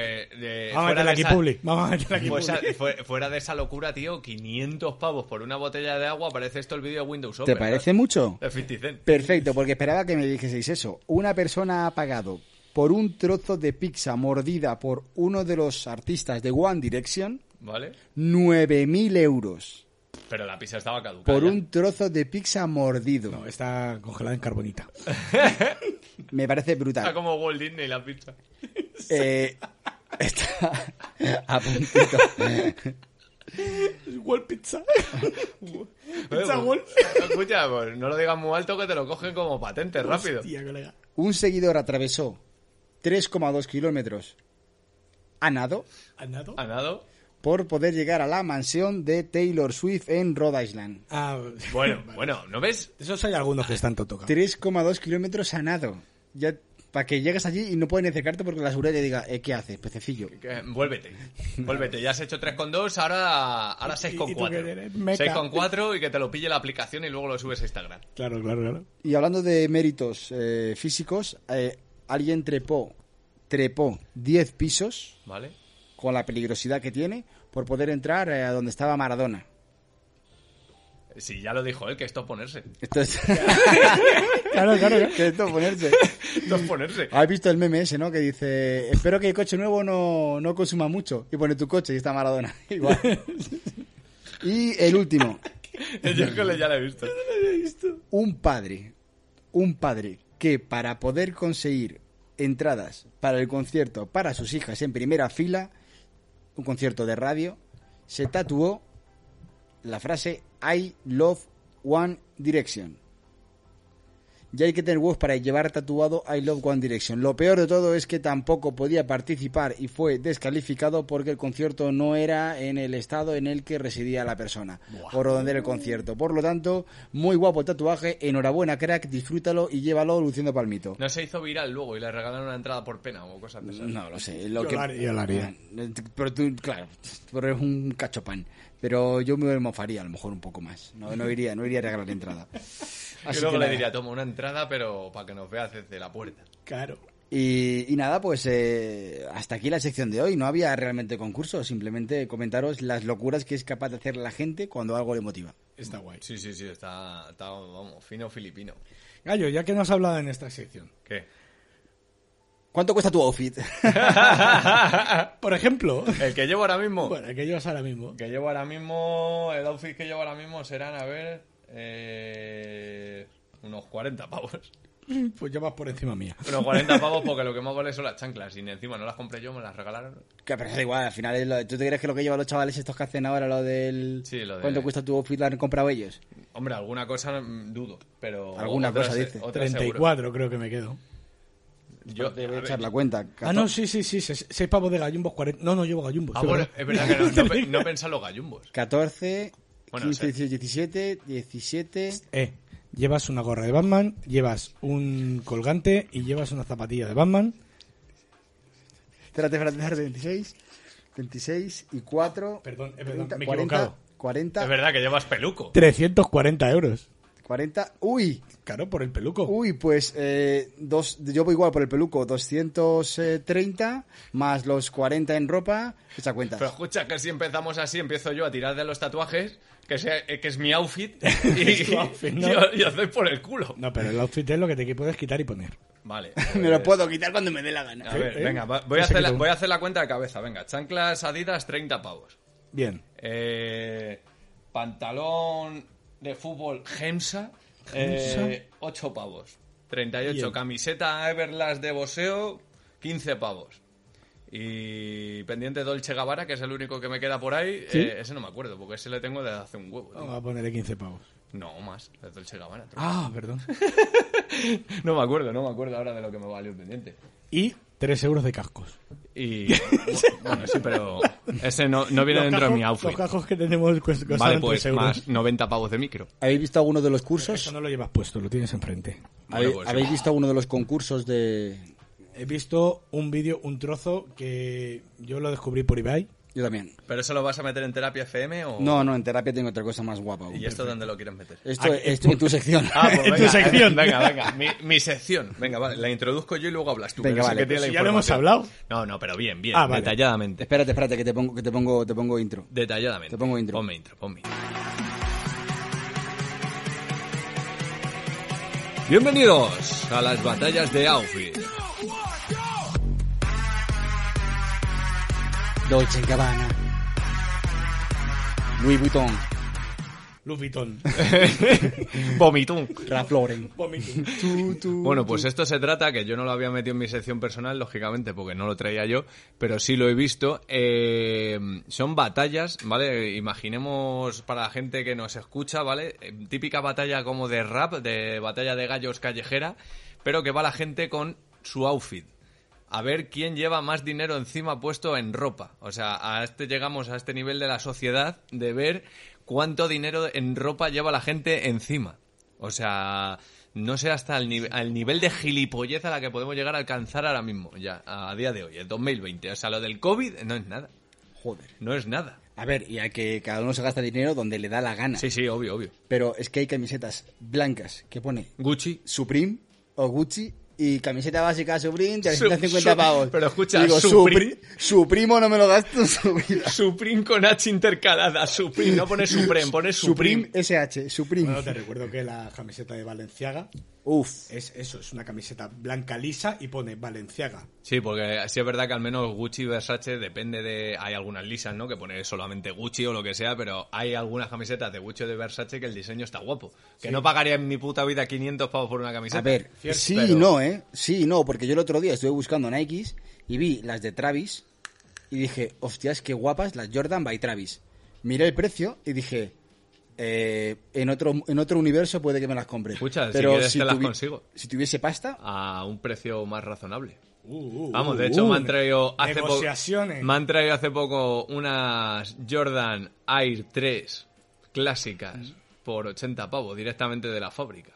S3: Vamos a
S4: de- Eh, fuera
S3: meterla
S4: de
S3: aquí,
S4: esa-
S3: Publi. Vamos a meterla aquí,
S4: Pues
S3: Publi.
S4: a- fue- fuera de esa locura, tío, 500 pavos por una botella de agua, parece esto el vídeo de Windows
S1: ¿Te
S4: Opera,
S1: parece
S4: ¿no?
S1: mucho?
S4: De 50 Cent.
S1: Perfecto, porque esperaba que me dijeseis eso. Una persona ha pagado por un trozo de pizza mordida por uno de los artistas de One Direction
S4: ¿Vale?
S1: 9.000 euros.
S4: Pero la pizza estaba caducada.
S1: Por un trozo de pizza mordido.
S3: No, está congelada en carbonita.
S1: Me parece
S4: <laughs> Está
S1: brutal.
S4: como Walt Disney la pizza.
S1: Eh, <laughs> está a puntito.
S3: World <laughs> Pizza.
S4: Eh, pues, Escucha, pues, no lo digas muy alto que te lo cogen como patente rápido.
S3: colega.
S1: Un seguidor atravesó 3,2 kilómetros a nado
S3: ¿Andado?
S4: ¿Ha nado?
S1: por poder llegar a la mansión de Taylor Swift en Rhode Island.
S3: Ah, <laughs>
S4: Bueno, bueno, ¿no ves?
S3: Esos hay algunos que están tocados.
S1: 3,2 kilómetros a nado. Ya para que llegues allí y no pueden acercarte porque la seguridad te diga, eh, ¿qué haces, pececillo?
S4: Que- eh, vuélvete, vuélvete. Ya has hecho 3,2, ahora, ahora
S3: ¿Y tú qué eres?
S4: 6,4.
S3: Meca.
S4: 6,4 y que te lo pille la aplicación y luego lo subes a Instagram.
S3: Claro, claro, claro.
S1: Y hablando de méritos eh, físicos, eh, alguien trepó, trepó 10 pisos
S4: ¿Vale?
S1: con la peligrosidad que tiene por poder entrar eh, a donde estaba Maradona.
S4: Sí, ya lo dijo él, que esto es ponerse.
S1: Esto es...
S3: <laughs> Claro, claro.
S1: que esto es ponerse.
S4: Esto es ponerse.
S1: Has visto el meme ese, ¿no? Que dice, espero que el coche nuevo no, no consuma mucho. Y pone tu coche y está Maradona. <laughs> Igual. y el último.
S4: <laughs> Yo es que lo- ya lo he visto.
S1: un padre, un padre que para poder conseguir entradas para el concierto para sus hijas en primera fila, un concierto de radio, se tatuó la frase I love One Direction. Ya hay que tener huevos para llevar tatuado I Love One Direction. Lo peor de todo es que tampoco podía participar y fue descalificado porque el concierto no era en el estado en el que residía la persona por donde era el concierto. Por lo tanto, muy guapo el tatuaje, enhorabuena crack, disfrútalo y llévalo luciendo palmito.
S4: No se hizo viral luego y le regalaron una entrada por pena o cosas de esas.
S1: Pues No lo sé. Lo
S3: Yo
S1: que...
S3: lo haría, yo lo haría.
S1: Pero tú, claro, tú eres un cachopán. Pero yo me mofaría a lo mejor un poco más. No, no iría, no iría a regalar
S4: <laughs>
S1: entrada.
S4: y
S1: Así
S4: luego
S1: que
S4: le
S1: nada.
S4: diría, toma una entrada, pero para que nos veas desde la puerta.
S3: Claro.
S1: Y, y nada, pues eh, hasta aquí la sección de hoy. No había realmente concurso, simplemente comentaros las locuras que es capaz de hacer la gente cuando algo le motiva.
S3: Está guay.
S4: Sí, sí, sí, está, está vamos, fino filipino.
S3: Gallo, ya que no has hablado en esta sección.
S4: ¿Qué?
S1: ¿Cuánto cuesta tu outfit? <laughs>
S3: Por ejemplo, <laughs>
S4: El que llevo ahora mismo.
S3: bueno, que llevas ahora mismo.
S4: El que llevo ahora mismo, el outfit que llevo ahora mismo serán, a ver, eh, unos 40 pavos.
S3: Pues llevas por encima mía.
S4: Unos 40 <laughs> pavos porque lo que más vale son las chanclas. Y encima no las compré yo, me las regalaron.
S1: que pero da igual, al final, es lo- ¿tú te crees que lo que llevan los chavales estos que hacen ahora, lo del...
S4: Sí, lo de-
S1: ¿Cuánto cuesta tu outfit? ¿Lo han comprado ellos?
S4: Hombre, alguna cosa mm, dudo, pero...
S1: Alguna
S4: otras-
S1: cosa, dice.
S4: otras seguro.
S3: 34 creo que me quedo.
S4: Yo,
S1: Te voy a
S4: a ver,
S1: echar la cuenta.
S3: Ah, no, sí, sí, sí. 6 pavos de gallumbos, 40. No, no llevo gallumbos.
S4: Ah,
S3: sí,
S4: bueno,
S3: ¿verdad?
S4: es verdad que
S3: <laughs>
S4: no, no, pe- no pensaba los gallumbos.
S1: 14,
S4: Bueno,
S1: 15,
S4: o sea-
S1: 18, 17, 17...
S3: Eh, llevas una gorra de Batman, llevas un colgante y llevas una zapatilla de Batman.
S1: Espérate, espérate, espérate, 26, 26 y 4...
S3: Perdón, es verdad, me
S1: 40,
S3: he equivocado.
S1: 40,
S4: Es verdad que llevas peluco.
S3: 340 euros.
S1: 40... ¡Uy!
S3: Claro, por el peluco.
S1: Uy, pues eh, dos, yo voy igual por el peluco, 230 más los 40 en ropa, esa cuenta.
S4: Pero escucha, que si empezamos así, empiezo yo a tirar de los tatuajes, que, sea, eh, que es mi outfit,
S3: <laughs>
S4: y
S3: tu outfit, ¿no?
S4: yo, yo doy por el culo.
S3: No, pero el outfit es lo que te puedes quitar y poner. <laughs>
S4: Vale.
S1: <laughs> Me lo
S4: pues-
S1: puedo quitar cuando me dé la gana.
S4: A ver,
S3: Eh, eh.
S4: venga, va- voy a,
S3: No sé
S4: hacer
S3: qué
S4: la,
S3: tengo.
S4: voy a hacer la cuenta de cabeza. Venga, chanclas Adidas, 30 pavos.
S3: Bien.
S4: Eh, pantalón de fútbol Gemsa, eh, 8 pavos. 38.
S3: Bien.
S4: Camiseta Everlast de boxeo, 15 pavos. Y pendiente Dolce Gabbana, que es el único que me queda por ahí.
S3: ¿Sí?
S4: eh, ese no me acuerdo, porque ese le tengo desde hace un huevo. tío.
S3: Vamos a ponerle 15 pavos.
S4: No, más, de Dolce Gabbana. tronco.
S3: Ah, perdón.
S4: No me acuerdo, no me acuerdo ahora de lo que me valió el pendiente.
S3: Y 3 euros de cascos.
S4: <laughs> Y bueno, sí, pero ese no, no viene
S3: Los
S4: dentro
S3: cascos-
S4: de mi outfit.
S3: Los cascos que tenemos cuest- costaban
S4: Vale, pues
S3: 3 euros.
S4: más 90 pavos de micro.
S1: ¿Habéis visto alguno de los
S3: Eso
S1: cursos?
S3: no lo llevas puesto, lo tienes enfrente.
S1: ¿Habéis,
S4: Bueno, pues,
S1: habéis visto alguno de los concursos de...?
S3: He visto un vídeo, un trozo que yo lo descubrí por eBay.
S1: Yo también.
S4: ¿Pero eso lo vas a meter en terapia FM o.?
S1: No, no, en terapia tengo otra cosa más guapa. aún.
S4: Oh. ¿Y esto dónde lo quieres meter?
S1: Esto esto en tu sección.
S4: pues
S3: <laughs> En tu sección.
S4: Venga, venga. Mi, mi sección. Venga, vale. La introduzco yo y luego hablas tú.
S1: Venga,
S4: pero sí
S1: vale,
S4: que tiene
S3: pues
S4: la
S3: si ya lo hemos
S4: información.
S3: hablado.
S4: No, no, pero bien, bien.
S3: Ah, vale.
S4: Detalladamente.
S1: espérate, espérate, que te pongo, que te pongo, te pongo intro.
S4: Detalladamente.
S1: Te pongo intro.
S4: Ponme intro, ponme intro. Bienvenidos a las batallas de outfit.
S3: <laughs>
S1: Dolce Gabbana. Louis Vuitton.
S4: <laughs>
S3: Lufitón.
S4: Vomitum.
S1: Ralph Lauren. Tú, tú.
S4: Bueno, pues esto se trata, que yo no lo había metido en mi sección personal, lógicamente, porque no lo traía yo, pero sí lo he visto. Eh, son batallas, ¿vale? Imaginemos para la gente que nos escucha, ¿vale? Eh, Típica batalla como de rap, de batalla de gallos callejera, pero que va la gente con su outfit. A ver quién lleva más dinero encima puesto en ropa. O sea, a este llegamos a este nivel de la sociedad de ver cuánto dinero en ropa lleva la gente encima. O sea, no sé hasta el nive- al nivel de gilipollez a la que podemos llegar a alcanzar ahora mismo, ya, a día de hoy, el 2020. O sea, lo del COVID no es nada.
S1: Joder.
S4: No es nada.
S1: A ver, y a que cada uno se gasta dinero donde le da la gana.
S4: Sí, sí, obvio, obvio.
S1: Pero es que hay camisetas blancas que pone
S4: Gucci.
S1: Supreme o Gucci y camiseta básica Supreme, 350
S4: su-
S1: pavos.
S4: pero escucha,
S1: Digo,
S4: Supri-
S1: Supri- Suprimo no me lo gasto en su vida.
S4: Supreme con H intercalada. Supreme, no pone Supreme, pone Supreme.
S1: Supreme SH, Supreme.
S3: Bueno, te recuerdo que la camiseta de Valenciaga
S1: Uf.
S3: es eso, es una camiseta blanca lisa y pone Valenciaga.
S4: Sí, porque sí es verdad que al menos Gucci y Versace depende de... Hay algunas lisas, ¿no? Que pone solamente Gucci o lo que sea, pero hay algunas camisetas de Gucci o de Versace que el diseño está guapo. Que no pagaría en mi puta vida 500 pavos por una camiseta.
S1: A ver,
S4: Cierto,
S1: sí y
S4: pero-
S1: no, ¿eh? Sí y no, porque yo el otro día estuve buscando Nikes y vi las de Travis y dije, hostias, qué guapas las Jordan by Travis. Miré el precio y dije, eh, en, otro, en otro universo puede que me las compre.
S4: Escucha, si
S1: pero
S4: quieres te las
S1: tuvi-
S4: consigo. Ah.
S1: Si tuviese pasta,
S4: a un precio más razonable.
S3: Uh, uh,
S4: Vamos,
S3: uh,
S4: de hecho me han
S3: uh,
S4: traído hace poco
S3: negociaciones.
S4: me han traído hace poco unas Jordan Air 3 clásicas por 80 pavos directamente de la fábrica.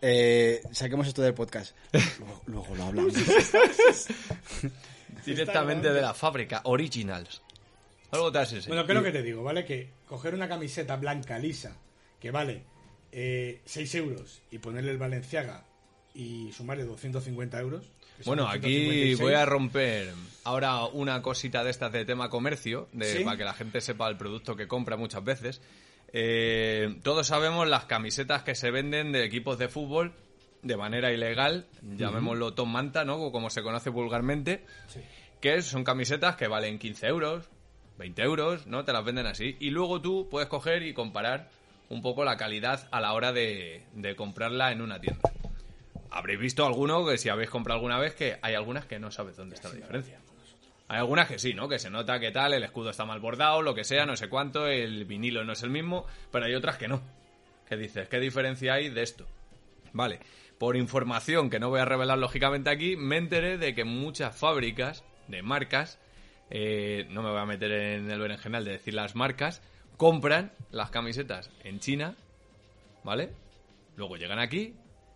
S1: eh, saquemos esto del
S4: <laughs>
S1: podcast. Luego, luego lo hablamos.
S4: Directamente de la fábrica, originals. Algo te has enseñado.
S3: Bueno, ¿qué es lo que te digo? ¿Vale? Que coger una camiseta blanca lisa que vale eh, 6 euros y ponerle el Valenciaga y sumarle 250 euros. que son
S4: Bueno, aquí
S3: 256,
S4: voy a romper ahora una cosita de estas de tema comercio, de,
S3: ¿Sí?
S4: para que la gente sepa el producto que compra muchas veces. Eh, todos sabemos las camisetas que se venden de equipos de fútbol de manera ilegal, llamémoslo Tom Manta, ¿no? O Como se conoce vulgarmente,
S3: sí.
S4: que son camisetas que valen 15 euros, 20 euros, ¿no? Te las venden así. Y luego tú puedes coger y comparar un poco la calidad a la hora de, de comprarla en una tienda. Habréis visto alguno que si habéis comprado alguna vez que hay algunas que no sabes dónde está la diferencia. Hay algunas que sí, ¿no? Que se nota que tal, el escudo está mal bordado, lo que sea, no sé cuánto, el vinilo no es el mismo, pero hay otras que no. Que dices, ¿qué diferencia hay de esto? Vale, por información que no voy a revelar lógicamente aquí, me enteré de que muchas fábricas de marcas, eh, no me voy a meter en el berenjenal de decir las marcas, compran las camisetas en China, ¿vale? Luego llegan aquí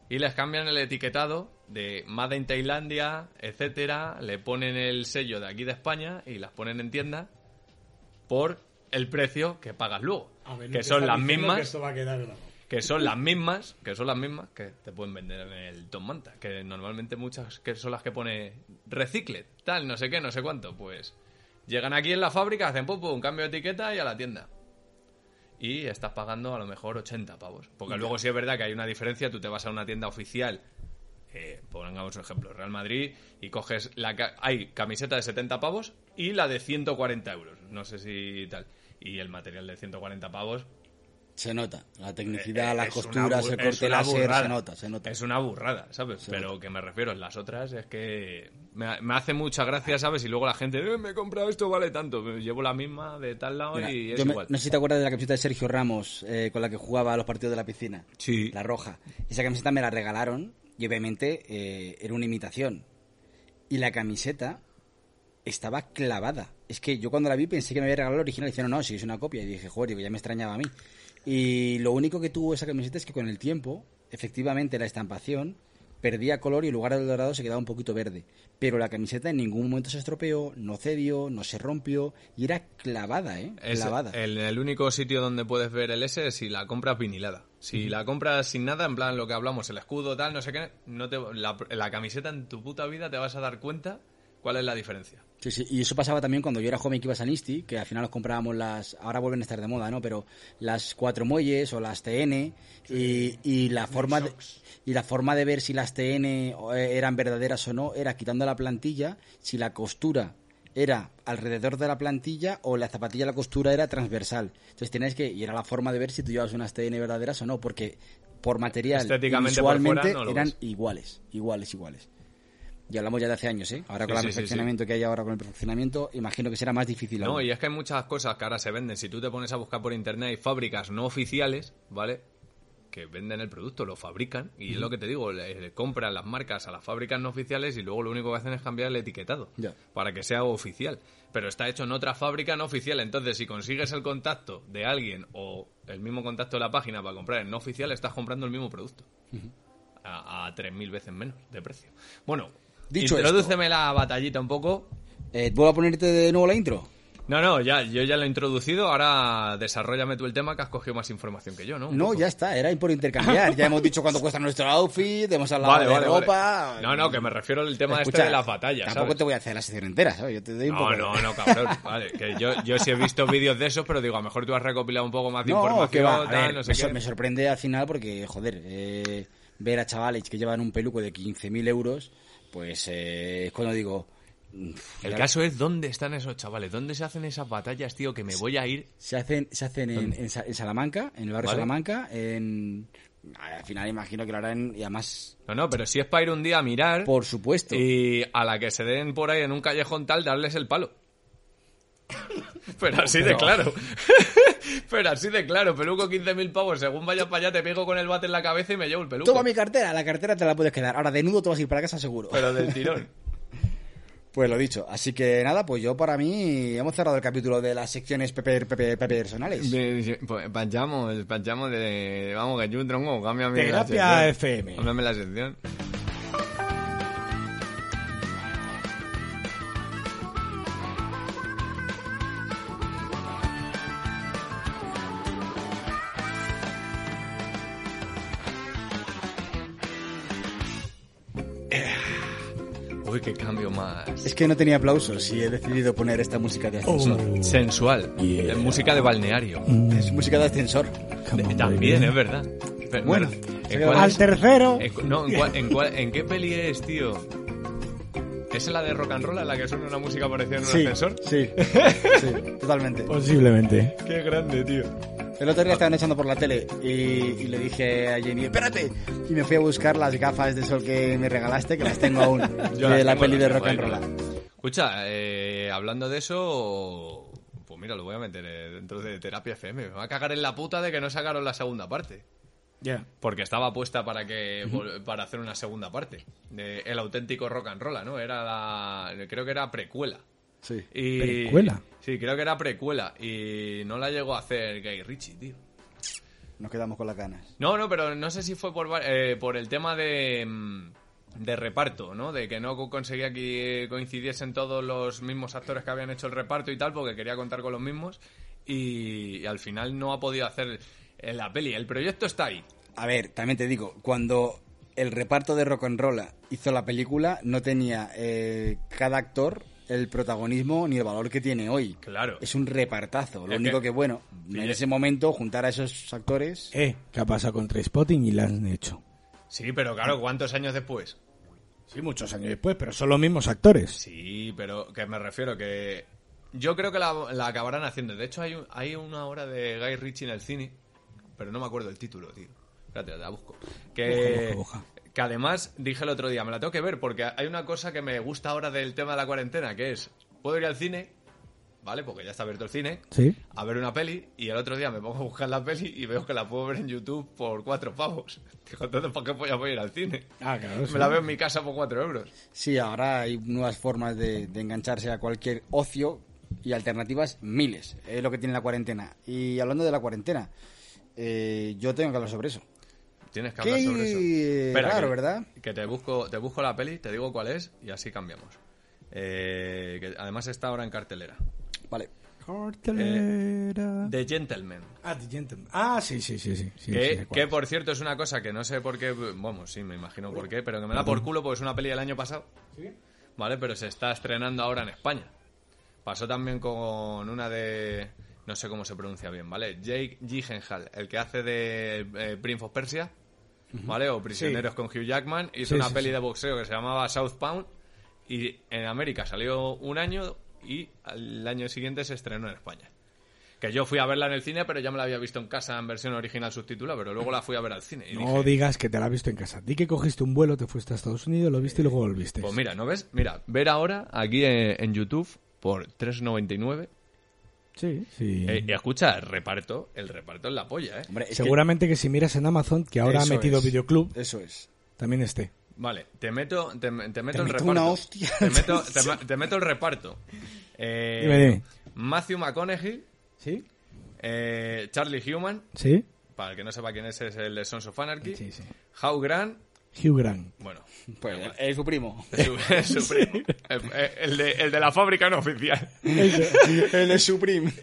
S4: y les cambian el etiquetado de Made in Tailandia, etcétera, le ponen el sello de aquí de España y las ponen en tienda por el precio que pagas luego,
S3: A ver, no
S4: que
S3: te
S4: son
S3: está
S4: las
S3: diciendo
S4: mismas
S3: que esto va a quedar grabado.
S4: que son las mismas que son las mismas que te pueden vender en el Tom Manta que normalmente muchas que son las que pone recicle tal no sé qué no sé cuánto pues llegan aquí en la fábrica hacen pum, pum, un cambio de etiqueta y a la tienda y estás pagando a lo mejor 80 pavos porque luego si es verdad que hay una diferencia tú te vas a una tienda oficial eh, pongamos un ejemplo Real Madrid y coges la ca- hay camiseta de 70 pavos y la de 140 euros no sé si tal y el material de 140 pavos
S1: Se nota. La tecnicidad,
S4: eh,
S1: las
S4: es una
S1: costuras,
S4: bur-
S1: el
S4: es
S1: corte
S4: una
S1: láser,
S4: burrada.
S1: se nota, se nota.
S4: Es una burrada, ¿sabes?
S1: Se
S4: Pero que me refiero, en las otras es que me, ha- me hace mucha gracia, ¿sabes? Y luego la gente, "Eh, me he comprado esto, vale tanto, me llevo la misma de tal lado
S1: Mira,
S4: y es
S1: yo me-
S4: igual.
S1: no sé si te acuerdas de la camiseta de Sergio Ramos eh, con la que jugaba a los partidos de la piscina.
S4: Sí.
S1: La roja. Esa camiseta me la regalaron y obviamente eh, era una imitación. Y la camiseta estaba clavada. Es que yo cuando la vi pensé que me había regalado la original. Y dijeron, no, sí, es una copia. Y dije, joder, digo, ya me extrañaba a mí. Y lo único que tuvo esa camiseta es que con el tiempo, efectivamente, la estampación perdía color y en lugar de dorado se quedaba un poquito verde. Pero la camiseta en ningún momento se estropeó, no cedió, no se rompió y era clavada, ¿eh?
S4: Es
S1: clavada.
S4: el, el único sitio donde puedes ver el S es si la compras vinilada. Si la compras sin nada, en plan lo que hablamos, el escudo, tal, no sé qué, no te, la, la camiseta en tu puta vida te vas a dar cuenta cuál es la diferencia.
S1: Sí, sí, y eso pasaba también cuando yo era joven que ibas a Nisti, que al final nos comprábamos las, ahora vuelven a estar de moda, ¿no? Pero las cuatro muelles o las TN y, y la forma de, y la forma de ver si las TN o, eh, eran verdaderas o no era quitando la plantilla, si la costura era alrededor de la plantilla o la zapatilla la costura era transversal. Entonces tenías que y era la forma de ver si tú llevabas unas TN verdaderas o no, porque por material y
S4: Estéticamente por fuera
S1: visualmente
S4: no lo
S1: eran
S4: ves.
S1: iguales, iguales, iguales. Y hablamos ya de hace años, ¿eh? Ahora
S4: Sí,
S1: con el
S4: sí, sí,
S1: perfeccionamiento que hay ahora con el perfeccionamiento, imagino que será más difícil
S4: No,
S1: aún.
S4: y es que hay muchas cosas que ahora se venden. Si tú te pones a buscar por internet, hay fábricas no oficiales, ¿vale? Que venden el producto, lo fabrican. Y es lo que te digo, le, le compran las marcas a las fábricas no oficiales y luego lo único que hacen es cambiar el etiquetado.
S1: Ya.
S4: Para que sea oficial. Pero está hecho en otra fábrica no oficial. Entonces, si consigues el contacto de alguien o el mismo contacto de la página para comprar en no oficial, estás comprando el mismo producto. A, a 3.000 veces menos de precio. Bueno,
S1: Dicho esto-
S4: introdúceme la batallita un poco.
S1: Eh, ¿Vuelvo a ponerte de nuevo la intro?
S4: No, no, ya, yo ya lo he introducido. Ahora desarrollame tú el tema que has cogido más información que yo, ¿no? Un
S1: No,
S4: poco.
S1: ya está, era por intercambiar. ya hemos dicho cuánto cuesta nuestro outfit, hemos hablado
S4: Vale,
S1: de
S4: vale, vale.
S1: ropa.
S4: No, no, que me refiero al tema
S1: Escucha,
S4: este de las batallas.
S1: Tampoco
S4: ¿sabes?
S1: te voy a hacer la sección entera, ¿sabes? Yo te doy un
S4: No,
S1: poco de-
S4: no,
S1: <laughs>
S4: no, cabrón. <laughs> Vale, que yo, yo sí he visto vídeos de esos, pero digo, a lo mejor tú has recopilado un poco más de
S1: No,
S4: información,
S1: que va. A
S4: tal,
S1: ver,
S4: no
S1: me,
S4: sé
S1: sor-
S4: qué.
S1: me sorprende al final porque, joder, eh, ver a chavales que llevan un peluco de 15.000 euros, pues eh, es cuando digo... "Uf,
S4: El
S1: ya-
S4: caso es dónde están esos chavales, dónde se hacen esas batallas, tío, que me voy a ir.
S1: Se hacen, se hacen en, en Sa- en Salamanca, en el barrio
S4: Vale.
S1: Salamanca, en... Al final imagino que lo harán, y además,
S4: No, no, pero si es para ir un día a mirar
S1: por supuesto.
S4: y a la que se den por ahí en un callejón tal, darles el palo. <laughs> Pero así de
S1: pero-
S4: claro. <laughs> Pero así de claro, peluco 15.000 pavos. Según vaya para allá, te pego con el bate en la cabeza y me llevo el peluco.
S1: Toma mi cartera, la cartera te la puedes quedar. Ahora de nudo te vas a ir para casa seguro.
S4: Pero del tirón.
S1: Pues lo dicho, así que nada, pues yo para mí hemos cerrado el capítulo de las secciones pepe, pepe, pepe
S4: <laughs>
S1: personales.
S4: Panchamos, panchamos "Pues, de. Vamos, que yo un tronco, cámbiame
S3: la Terapia sección. FM.
S4: Cámbiame la sección. Eh, Uy, qué cambio más.
S1: Es que no tenía aplausos y he decidido poner esta música de ascensor.
S4: Oh. Sensual.
S3: Mm. Yeah.
S4: Eh, Música de balneario.
S1: Es música de ascensor.
S3: Come on,
S4: También,
S3: baby.
S4: es verdad. Pero,
S1: Bueno,
S4: ¿en
S1: se
S4: cuál
S1: va
S3: Al
S4: es?
S3: tercero.
S4: En cu- no, ¿en, cuál- en cuál- en qué peli es, tío? ¿Es en la de rock and roll en la que suena una música parecida en un
S1: Sí,
S4: ascensor? <laughs>
S1: sí, sí, totalmente.
S3: Posiblemente.
S4: Qué grande, tío.
S1: El otro día estaban echando por la tele y, y le dije a Jenny, espérate. Y me fui a buscar las gafas de sol que me regalaste, que las tengo
S4: <laughs>
S1: aún,
S4: Yo
S1: de
S4: las
S1: la
S4: tengo,
S1: peli
S4: las
S1: de
S4: tengo
S1: rock and
S4: ahí,
S1: roll.
S4: claro. Escucha, eh, hablando de eso, pues mira, lo voy a meter eh, dentro de Terapia FM. Me va a cagar en la puta de que no sacaron la segunda parte.
S3: Ya.
S4: Porque estaba puesta para que vol- para hacer una segunda parte. de el auténtico rock and roll, ¿no? Era la, creo que era precuela.
S1: Sí.
S4: Y,
S3: ¿Precuela?
S4: Sí, creo que era precuela. Y no la llegó a hacer Guy Ritchie, tío.
S1: Nos quedamos con las ganas.
S4: No, no, pero no sé si fue por, va- eh, por el tema de, mm, de reparto, ¿no? De que no co- conseguía que coincidiesen todos los mismos actores que habían hecho el reparto y tal, porque quería contar con los mismos. Y, y al final no ha podido hacer eh, la peli. El proyecto está ahí.
S1: A ver, también te digo, cuando el reparto de rock and roll hizo la película, no tenía eh, cada actor el protagonismo ni el valor que tiene hoy.
S4: Claro.
S1: Es un repartazo. Lo
S4: Es
S1: único
S4: que-
S1: que, bueno, en
S4: Fíjate.
S1: ese momento juntar a esos actores...
S3: Eh, ¿qué ha pasado con Spotting y la han hecho?
S4: Sí, pero claro, ¿cuántos años después?
S3: Sí, muchos años después, pero son los mismos actores.
S4: Sí, pero que me refiero que yo creo que la, la acabarán haciendo. De hecho, hay, un- hay una obra de Guy Ritchie en el cine, pero no me acuerdo el título, tío. Espérate, la busco. Que,
S3: Busca, busca,
S4: que además dije el otro día, me la tengo que ver porque hay una cosa que me gusta ahora del tema de la cuarentena, que es, puedo ir al cine, ¿vale? Porque ya está abierto el cine,
S3: Sí.
S4: a ver una peli y el otro día me pongo a buscar la peli y veo que la puedo ver en YouTube por cuatro pavos. <laughs> Digo, entonces, ¿para qué voy a voy a ir al cine?
S3: Ah, claro.
S4: Me la veo en mi casa por cuatro euros.
S1: Sí, ahora hay nuevas formas de, de engancharse a cualquier ocio y alternativas miles. Es lo que tiene la cuarentena. Y hablando de la cuarentena, eh, yo tengo que hablar sobre eso.
S4: Tienes que
S1: Qué
S4: hablar sobre eso.
S1: raro,
S4: que-
S1: ¿verdad?
S4: Que te busco, te busco la peli, te digo cuál es y así cambiamos. Eh, que además está ahora en cartelera.
S1: Vale.
S3: Cartelera.
S4: The Gentleman.
S3: Ah, The Gentleman. Ah, sí, sí, sí. sí, sí,
S4: que,
S3: sí, sé cuál
S4: que,
S3: es.
S4: por cierto es una cosa que no sé por qué, vamos, sí, me imagino por qué, pero que me da por culo porque es una peli del año pasado. Vale, pero se está estrenando ahora en España. Pasó también con una de, no sé cómo se pronuncia bien, ¿vale? Jake Gyllenhaal, el que hace de eh, Prince of Persia, ¿vale? O Prisioneros con Hugh Jackman, hizo
S3: Sí,
S4: una
S3: sí,
S4: peli
S3: sí.
S4: de boxeo que se llamaba Southbound y en América salió un año y al año siguiente se estrenó en España. Que yo fui a verla en el cine, pero ya me la había visto en casa en versión original subtitulada, pero luego la fui a ver al cine. Y
S3: No
S4: dije,
S3: digas que te la has visto en casa. Di que cogiste un vuelo, te fuiste a Estados Unidos, lo viste y luego volviste.
S4: pues mira, ¿no ves? Mira, ver ahora aquí en, en YouTube por 3.99
S3: sí, sí.
S4: eh, y escucha, el reparto, el reparto es la polla, ¿eh?
S1: Hombre, es que-
S3: Seguramente que... si miras en Amazon, que ahora ha
S1: Eso
S3: metido
S1: es.
S3: videoclub,
S1: Eso es.
S3: también esté.
S4: Vale, te meto, te, te meto el
S1: meto
S4: reparto.
S1: una hostia.
S3: <laughs>
S4: Te meto, te ma- te meto el reparto. Eh,
S3: Dime, dime.
S4: Matthew McConaughey,
S3: ¿Sí?
S4: eh, Charlie Human,
S3: ¿Sí?
S4: para el que no sepa quién es, es el de Sons of Anarchy.
S3: Sí, sí.
S4: How Grant,
S3: Hugh Grant.
S4: bueno,
S1: Pues es su
S3: <laughs>
S1: primo.
S4: su- <laughs> su primo. El, el de, el de la fábrica no oficial.
S1: Él es su primo.
S4: <laughs>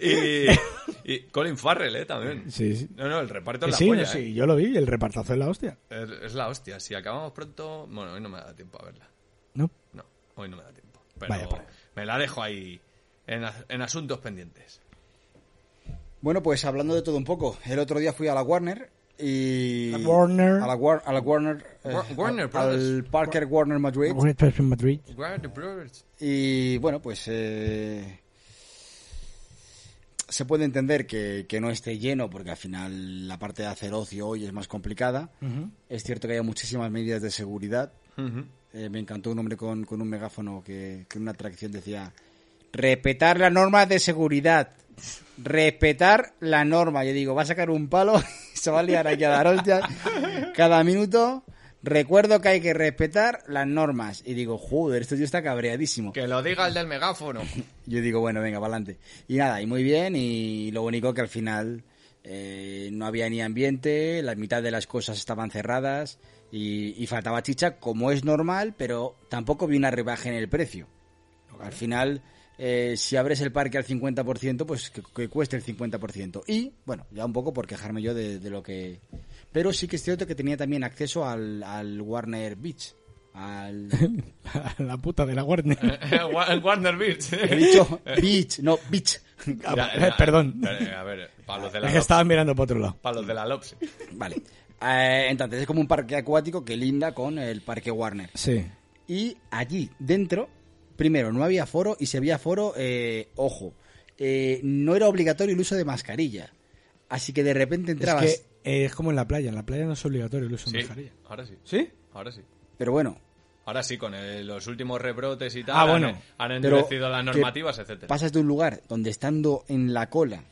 S4: Y, y Colin Farrell, eh, también.
S3: Sí, sí.
S4: No, no, el reparto es la
S3: Sí,
S4: polla,
S3: no,
S4: eh.
S3: sí, yo lo vi, el repartazo de la hostia.
S4: Es, es la hostia. Si acabamos pronto... Bueno, hoy no me da tiempo a verla.
S3: ¿No?
S4: No, hoy no me da tiempo. Pero
S3: Vaya, por ahí.
S4: me la dejo ahí en, as- en asuntos pendientes.
S1: Bueno, pues hablando de todo un poco, el otro día fui a la Warner y...
S3: La Warner.
S1: A la, War- a la Warner... eh,
S4: Wa- Warner
S1: al- Al
S4: Brothers.
S1: Parker Warner Madrid.
S3: en Madrid. <laughs>
S4: Guard the Brothers.
S1: Y bueno, pues eh, se puede entender que, que no esté lleno, porque al final la parte de hacer ocio hoy es más complicada. Es cierto que hay muchísimas medidas de seguridad.
S4: Ujú.
S1: Eh, me encantó un hombre con, con un megáfono que, que en una atracción decía, respetar las normas de seguridad. respetar la norma. Yo digo, va a sacar un palo <laughs> y se va a liar aquí a dar hostias cada minuto. Recuerdo que hay que respetar las normas. Y digo, joder, este tío está cabreadísimo.
S4: Que lo diga el del megáfono.
S1: Yo digo, bueno, venga, para adelante. Y nada, y muy bien. Y lo único que al final eh, no había ni ambiente, la mitad de las cosas estaban cerradas y, y faltaba chicha, como es normal, pero tampoco vi una rebaja en el precio. Al final, eh, si abres el parque al 50%, pues que, que cueste el 50%. Y, bueno, ya un poco por quejarme yo de, de lo que... Pero sí que es cierto que tenía también acceso al, al Warner Beach. Al...
S3: la puta de la Warner.
S4: <laughs> Wa- Warner
S3: <laughs>
S4: Beach.
S1: He dicho Beach, no, Beach.
S4: Ya, ya,
S3: Perdón.
S4: A ver, palos de <laughs> la
S3: Es que estaba mirando para otro lado.
S4: Palos de la Lopsi.
S1: Vale. Eh, entonces es como un parque acuático que linda con el parque Warner.
S3: Sí.
S1: Y allí, dentro, primero, no había foro y si había foro, eh, ojo, eh, no era obligatorio el uso de mascarilla. Así que de repente entrabas...
S3: Es que eh, es como en la playa. En la playa no es obligatorio el uso de
S4: Sí,
S3: mascarilla.
S4: ahora sí.
S3: ¿Sí?
S4: Ahora sí.
S1: Pero bueno,
S4: Ahora sí, con eh, los últimos rebrotes y tal.
S3: Ah,
S4: han-
S3: bueno.
S4: Han
S1: Pero
S4: endurecido las
S1: que
S4: normativas, etcétera.
S1: pasas de un lugar donde estando en la cola,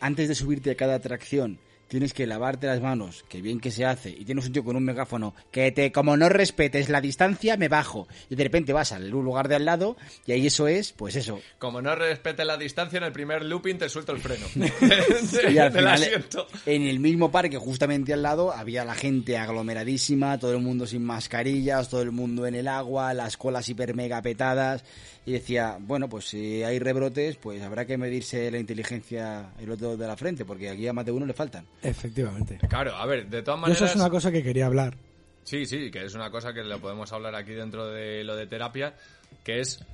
S1: antes de subirte a cada atracción, tienes que lavarte las manos, que bien que se hace, y tienes un tío con un megáfono que te, como no respetes la distancia, me bajo. Y de repente vas al lugar de al lado, y ahí eso es, pues eso.
S4: Como no respete la distancia, en el primer looping te suelto
S3: <laughs>
S4: el freno. <laughs>
S1: <laughs> Y al
S4: Del
S3: eh,
S1: final,
S4: asiento.
S1: en el mismo parque, justamente al lado, había la gente aglomeradísima, todo el mundo sin mascarillas, todo el mundo en el agua, las colas hiper mega petadas. Y decía, bueno, pues si hay rebrotes, pues habrá que medirse la inteligencia el otro de la frente, porque aquí a más de uno le faltan.
S3: Efectivamente.
S4: Claro, a ver, de todas
S3: Yo
S4: maneras.
S3: eso es una cosa que quería hablar.
S4: Sí, sí, que es una cosa que lo podemos hablar aquí dentro de lo de terapia, que es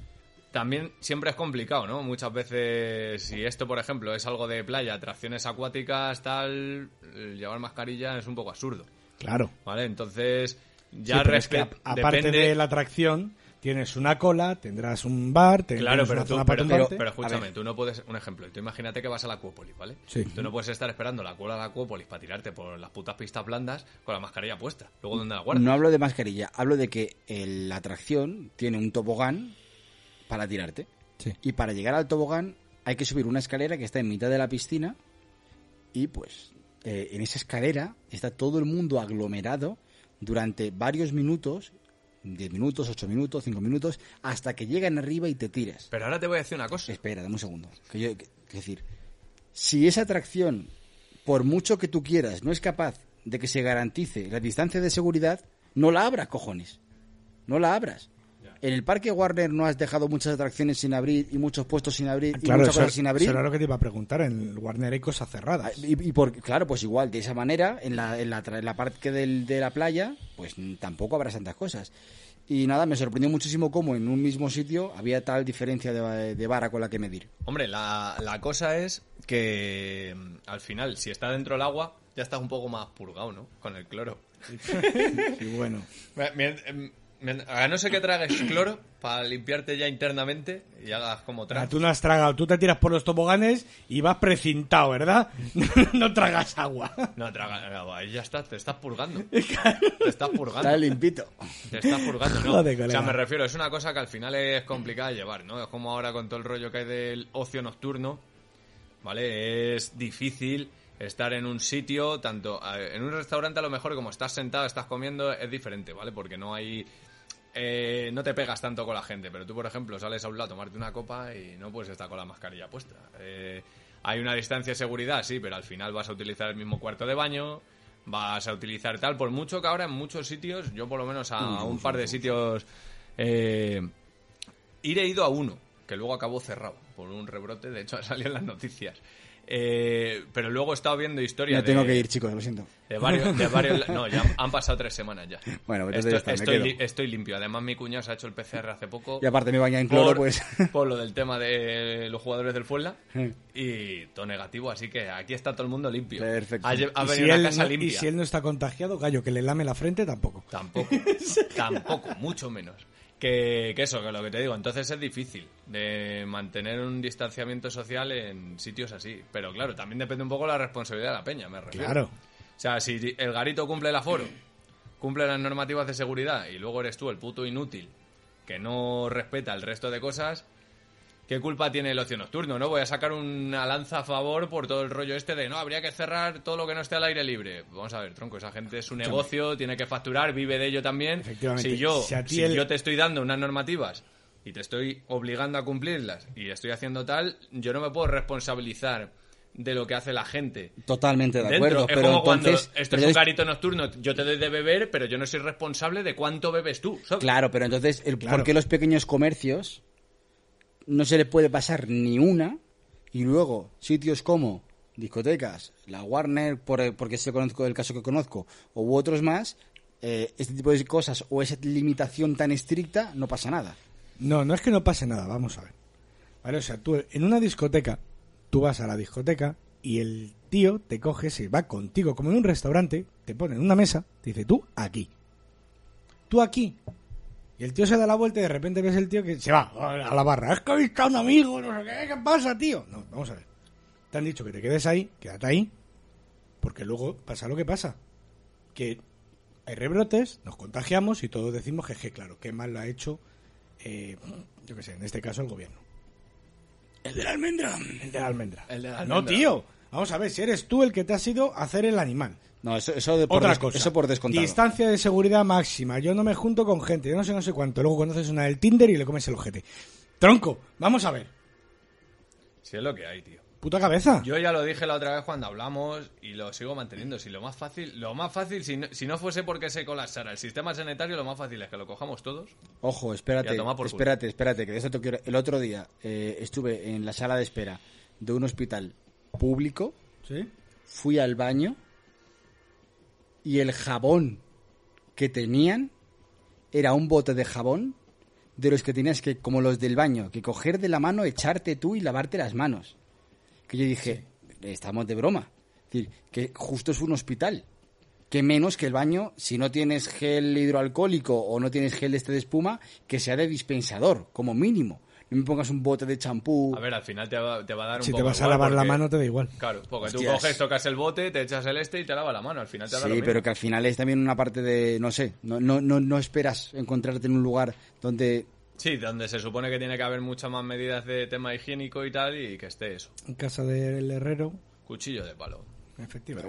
S4: también siempre es complicado, ¿no? Muchas veces, si esto, por ejemplo, es algo de playa, atracciones acuáticas, tal, el llevar mascarilla es un poco absurdo,
S3: Claro.
S4: ¿vale? Entonces, ya
S3: Sí, pero es que
S4: respe-
S3: a- aparte
S4: depende-
S3: de la atracción, tienes una cola, tendrás un bar, tendrás
S4: Claro,
S3: una
S4: pero tú,
S3: zona para
S4: pero,
S3: tumbarte.
S4: pero- pero escúchame,
S1: ver.
S4: tú no puedes, un ejemplo, tú imagínate que vas a la Acuópolis, ¿vale?
S3: Sí.
S4: Tú no puedes estar esperando la cola de la Acuópolis para tirarte por las putas pistas blandas con la mascarilla puesta. Luego, ¿dónde la guardas?
S1: No hablo de mascarilla, hablo de que el- la atracción tiene un tobogán para tirarte.
S3: Sí.
S1: Y para llegar al tobogán hay que subir una escalera que está en mitad de la piscina y pues eh, en esa escalera está todo el mundo aglomerado durante varios minutos, 10 minutos, 8 minutos, 5 minutos, hasta que llegan arriba y te tiras.
S4: Pero ahora te voy a decir una cosa.
S1: Espera, dame un segundo. Que yo, que- que decir, si esa atracción, por mucho que tú quieras, no es capaz de que se garantice la distancia de seguridad, no la abras, cojones. No la abras. En el parque Warner no has dejado muchas atracciones sin abrir y muchos puestos sin abrir y
S3: Claro,
S1: muchas
S3: eso,
S1: cosas sin abrir.
S3: eso era lo que te iba a preguntar. En el Warner hay cosas cerradas.
S1: Y, y por, claro, pues igual, de esa manera, en la, en la, tra- en la parte del- de la playa, pues mm, tampoco habrá tantas cosas. Y nada, me sorprendió muchísimo cómo en un mismo sitio había tal diferencia de, de vara con la que medir.
S4: Hombre, la, la cosa es que mm, al final, si está dentro del agua, ya estás un poco más purgado, ¿no? Con el cloro.
S3: Y bueno,
S4: Me- me- me- A no ser que tragues <coughs> cloro para limpiarte ya internamente y hagas como
S3: Ah,
S4: tragas.
S3: tú no has tragado, tú te tiras por los toboganes y vas precintado, ¿verdad? <laughs> no tragas agua.
S4: No, traga, ahí ya estás, te estás
S3: <laughs>
S4: purgando. Te estás purgando.
S1: Está limpito.
S4: Te estás purgando, ¿no?
S3: Joder,
S4: o
S3: colega.
S4: sea, me refiero, es una cosa que al final es complicada de llevar, ¿no? Es como ahora con todo el rollo que hay del ocio nocturno, ¿vale? Es difícil estar en un sitio, tanto a- en un restaurante a lo mejor como estás sentado, estás comiendo, es diferente, ¿vale? Porque no hay... eh, no te pegas tanto con la gente, pero tú, por ejemplo, sales a un lado a tomarte una copa y no puedes estar con la mascarilla puesta. Eh, hay una distancia de seguridad, sí, pero al final vas a utilizar el mismo cuarto de baño, vas a utilizar tal, por mucho que ahora en muchos sitios, yo por lo menos a un par de sitios eh, Ir he ido a uno, que luego acabó cerrado por un rebrote, de hecho <laughs> ha salido en las noticias. Eh, pero luego he estado viendo historias
S1: No tengo
S4: de,
S1: que ir, chicos, lo siento.
S4: de varios, de varios- No, ya han pasado tres semanas ya.
S1: Bueno, entonces
S4: estoy,
S1: ya está, me
S4: estoy
S1: quedo.
S4: li- estoy limpio. Además, mi cuñado se ha hecho el PCR hace poco.
S1: Y aparte me baña en cloro,
S4: por-
S1: pues.
S4: <laughs>
S1: <laughs>
S4: Por lo del tema de los jugadores del Fuenla. Y todo negativo, así que aquí está todo el mundo limpio.
S1: Perfecto.
S4: Ha, lle- ha
S3: y,
S4: venido
S3: si
S4: a
S3: él,
S4: la casa
S3: no- y
S4: limpia.
S3: si él no está contagiado, gallo, que le lame la frente tampoco.
S1: <laughs>
S4: Tampoco, tampoco, mucho menos. Que, que eso, que lo que te digo. Entonces es difícil de mantener un distanciamiento social en sitios así. Pero claro, también depende un poco la responsabilidad de la peña, me refiero.
S3: Claro.
S4: O sea, si el garito cumple el aforo, cumple las normativas de seguridad y luego eres tú el puto inútil que no respeta el resto de cosas, ¿Qué culpa tiene el ocio nocturno? ¿No? Voy a sacar una lanza a favor por todo el rollo este de no, habría que cerrar todo lo que no esté al aire libre. Vamos a ver, tronco, esa gente es un negocio, tiene que facturar, vive de ello también.
S3: Efectivamente.
S4: Si yo,
S3: Si a ti
S4: si
S3: el-
S4: yo te estoy dando unas normativas y te estoy obligando a cumplirlas y estoy haciendo tal, yo no me puedo responsabilizar de lo que hace la gente.
S1: Totalmente de
S4: Dentro.
S1: acuerdo,
S4: es
S1: pero
S4: como
S1: entonces...
S4: cuando esto
S1: pero
S4: es un
S1: entonces-
S4: garito nocturno, yo te doy de beber, pero yo no soy responsable de cuánto bebes tú. ¿sabes?
S1: Claro, pero entonces, el,
S3: Claro.
S1: ¿por qué los pequeños comercios no se le puede pasar ni una? Y luego, sitios como discotecas, la Warner, por, porque se conozco el caso que conozco, u otros más, eh, este tipo de cosas o esa limitación tan estricta, no pasa nada.
S3: No, no es que no pase nada, vamos a ver. Vale, o sea, tú en una discoteca, tú vas a la discoteca y el tío te coge, se va contigo, como en un restaurante, te pone en una mesa, te dice tú aquí. Tú aquí. Y el tío se da la vuelta y de repente ves el tío que se va a la barra. Es que he visto a un amigo, no sé qué, ¿qué pasa, tío? No, vamos a ver. Te han dicho que te quedes ahí, quédate ahí, porque luego pasa lo que pasa. Que hay rebrotes, nos contagiamos y todos decimos que, je, claro, qué mal lo ha hecho eh, yo qué sé, en este caso el gobierno. El de la almendra. El de la almendra.
S4: El de la
S3: No,
S4: almendra.
S3: tío. Vamos a ver, si eres tú el que te has ido a hacer el animal.
S1: No, eso, eso de por,
S3: Otra
S1: des-
S3: cosa.
S1: Eso por descontado.
S3: Distancia de seguridad máxima. Yo no me junto con gente. Yo no sé, no sé cuánto. Luego conoces una del Tinder y le comes el ojete. Tronco, vamos a ver.
S4: Si es lo que hay, tío.
S3: Puta cabeza.
S4: Yo ya lo dije la otra vez cuando hablamos y lo sigo manteniendo. Si lo más fácil, lo más fácil, si no, si no fuese porque se colapsara el sistema sanitario, lo más fácil es que lo cojamos todos.
S1: Ojo, espérate,
S4: Y a tomar por culo.
S1: espérate, espérate, que de eso te quiero... El otro día eh, estuve en la sala de espera de un hospital público
S3: ¿Sí?
S1: fui al baño y el jabón que tenían era un bote de jabón de los que tenías que, como los del baño, que coger de la mano, echarte tú y lavarte las manos. Que yo dije, estamos de broma. Es decir, que justo es un hospital. Que menos que el baño, si no tienes gel hidroalcohólico o no tienes gel este de espuma, que sea de dispensador, como mínimo. No me pongas un bote de champú.
S4: A ver, al final te va, te va a dar un
S3: Si
S4: poco
S3: te vas a
S4: igual
S3: lavar la
S4: porque-
S3: mano, te da igual.
S4: Claro, porque
S1: Hostias.
S4: tú coges, tocas el bote, te echas el este y te lava la mano. Al final te da lo
S1: Sí,
S4: mismo.
S1: pero que al final es también una parte de, no sé, no, no, no, no esperas encontrarte en un lugar donde...
S4: Sí, donde se supone que tiene que haber muchas más medidas de tema higiénico y tal y que esté eso.
S3: En casa del herrero.
S4: Cuchillo de palo.
S3: Efectivamente.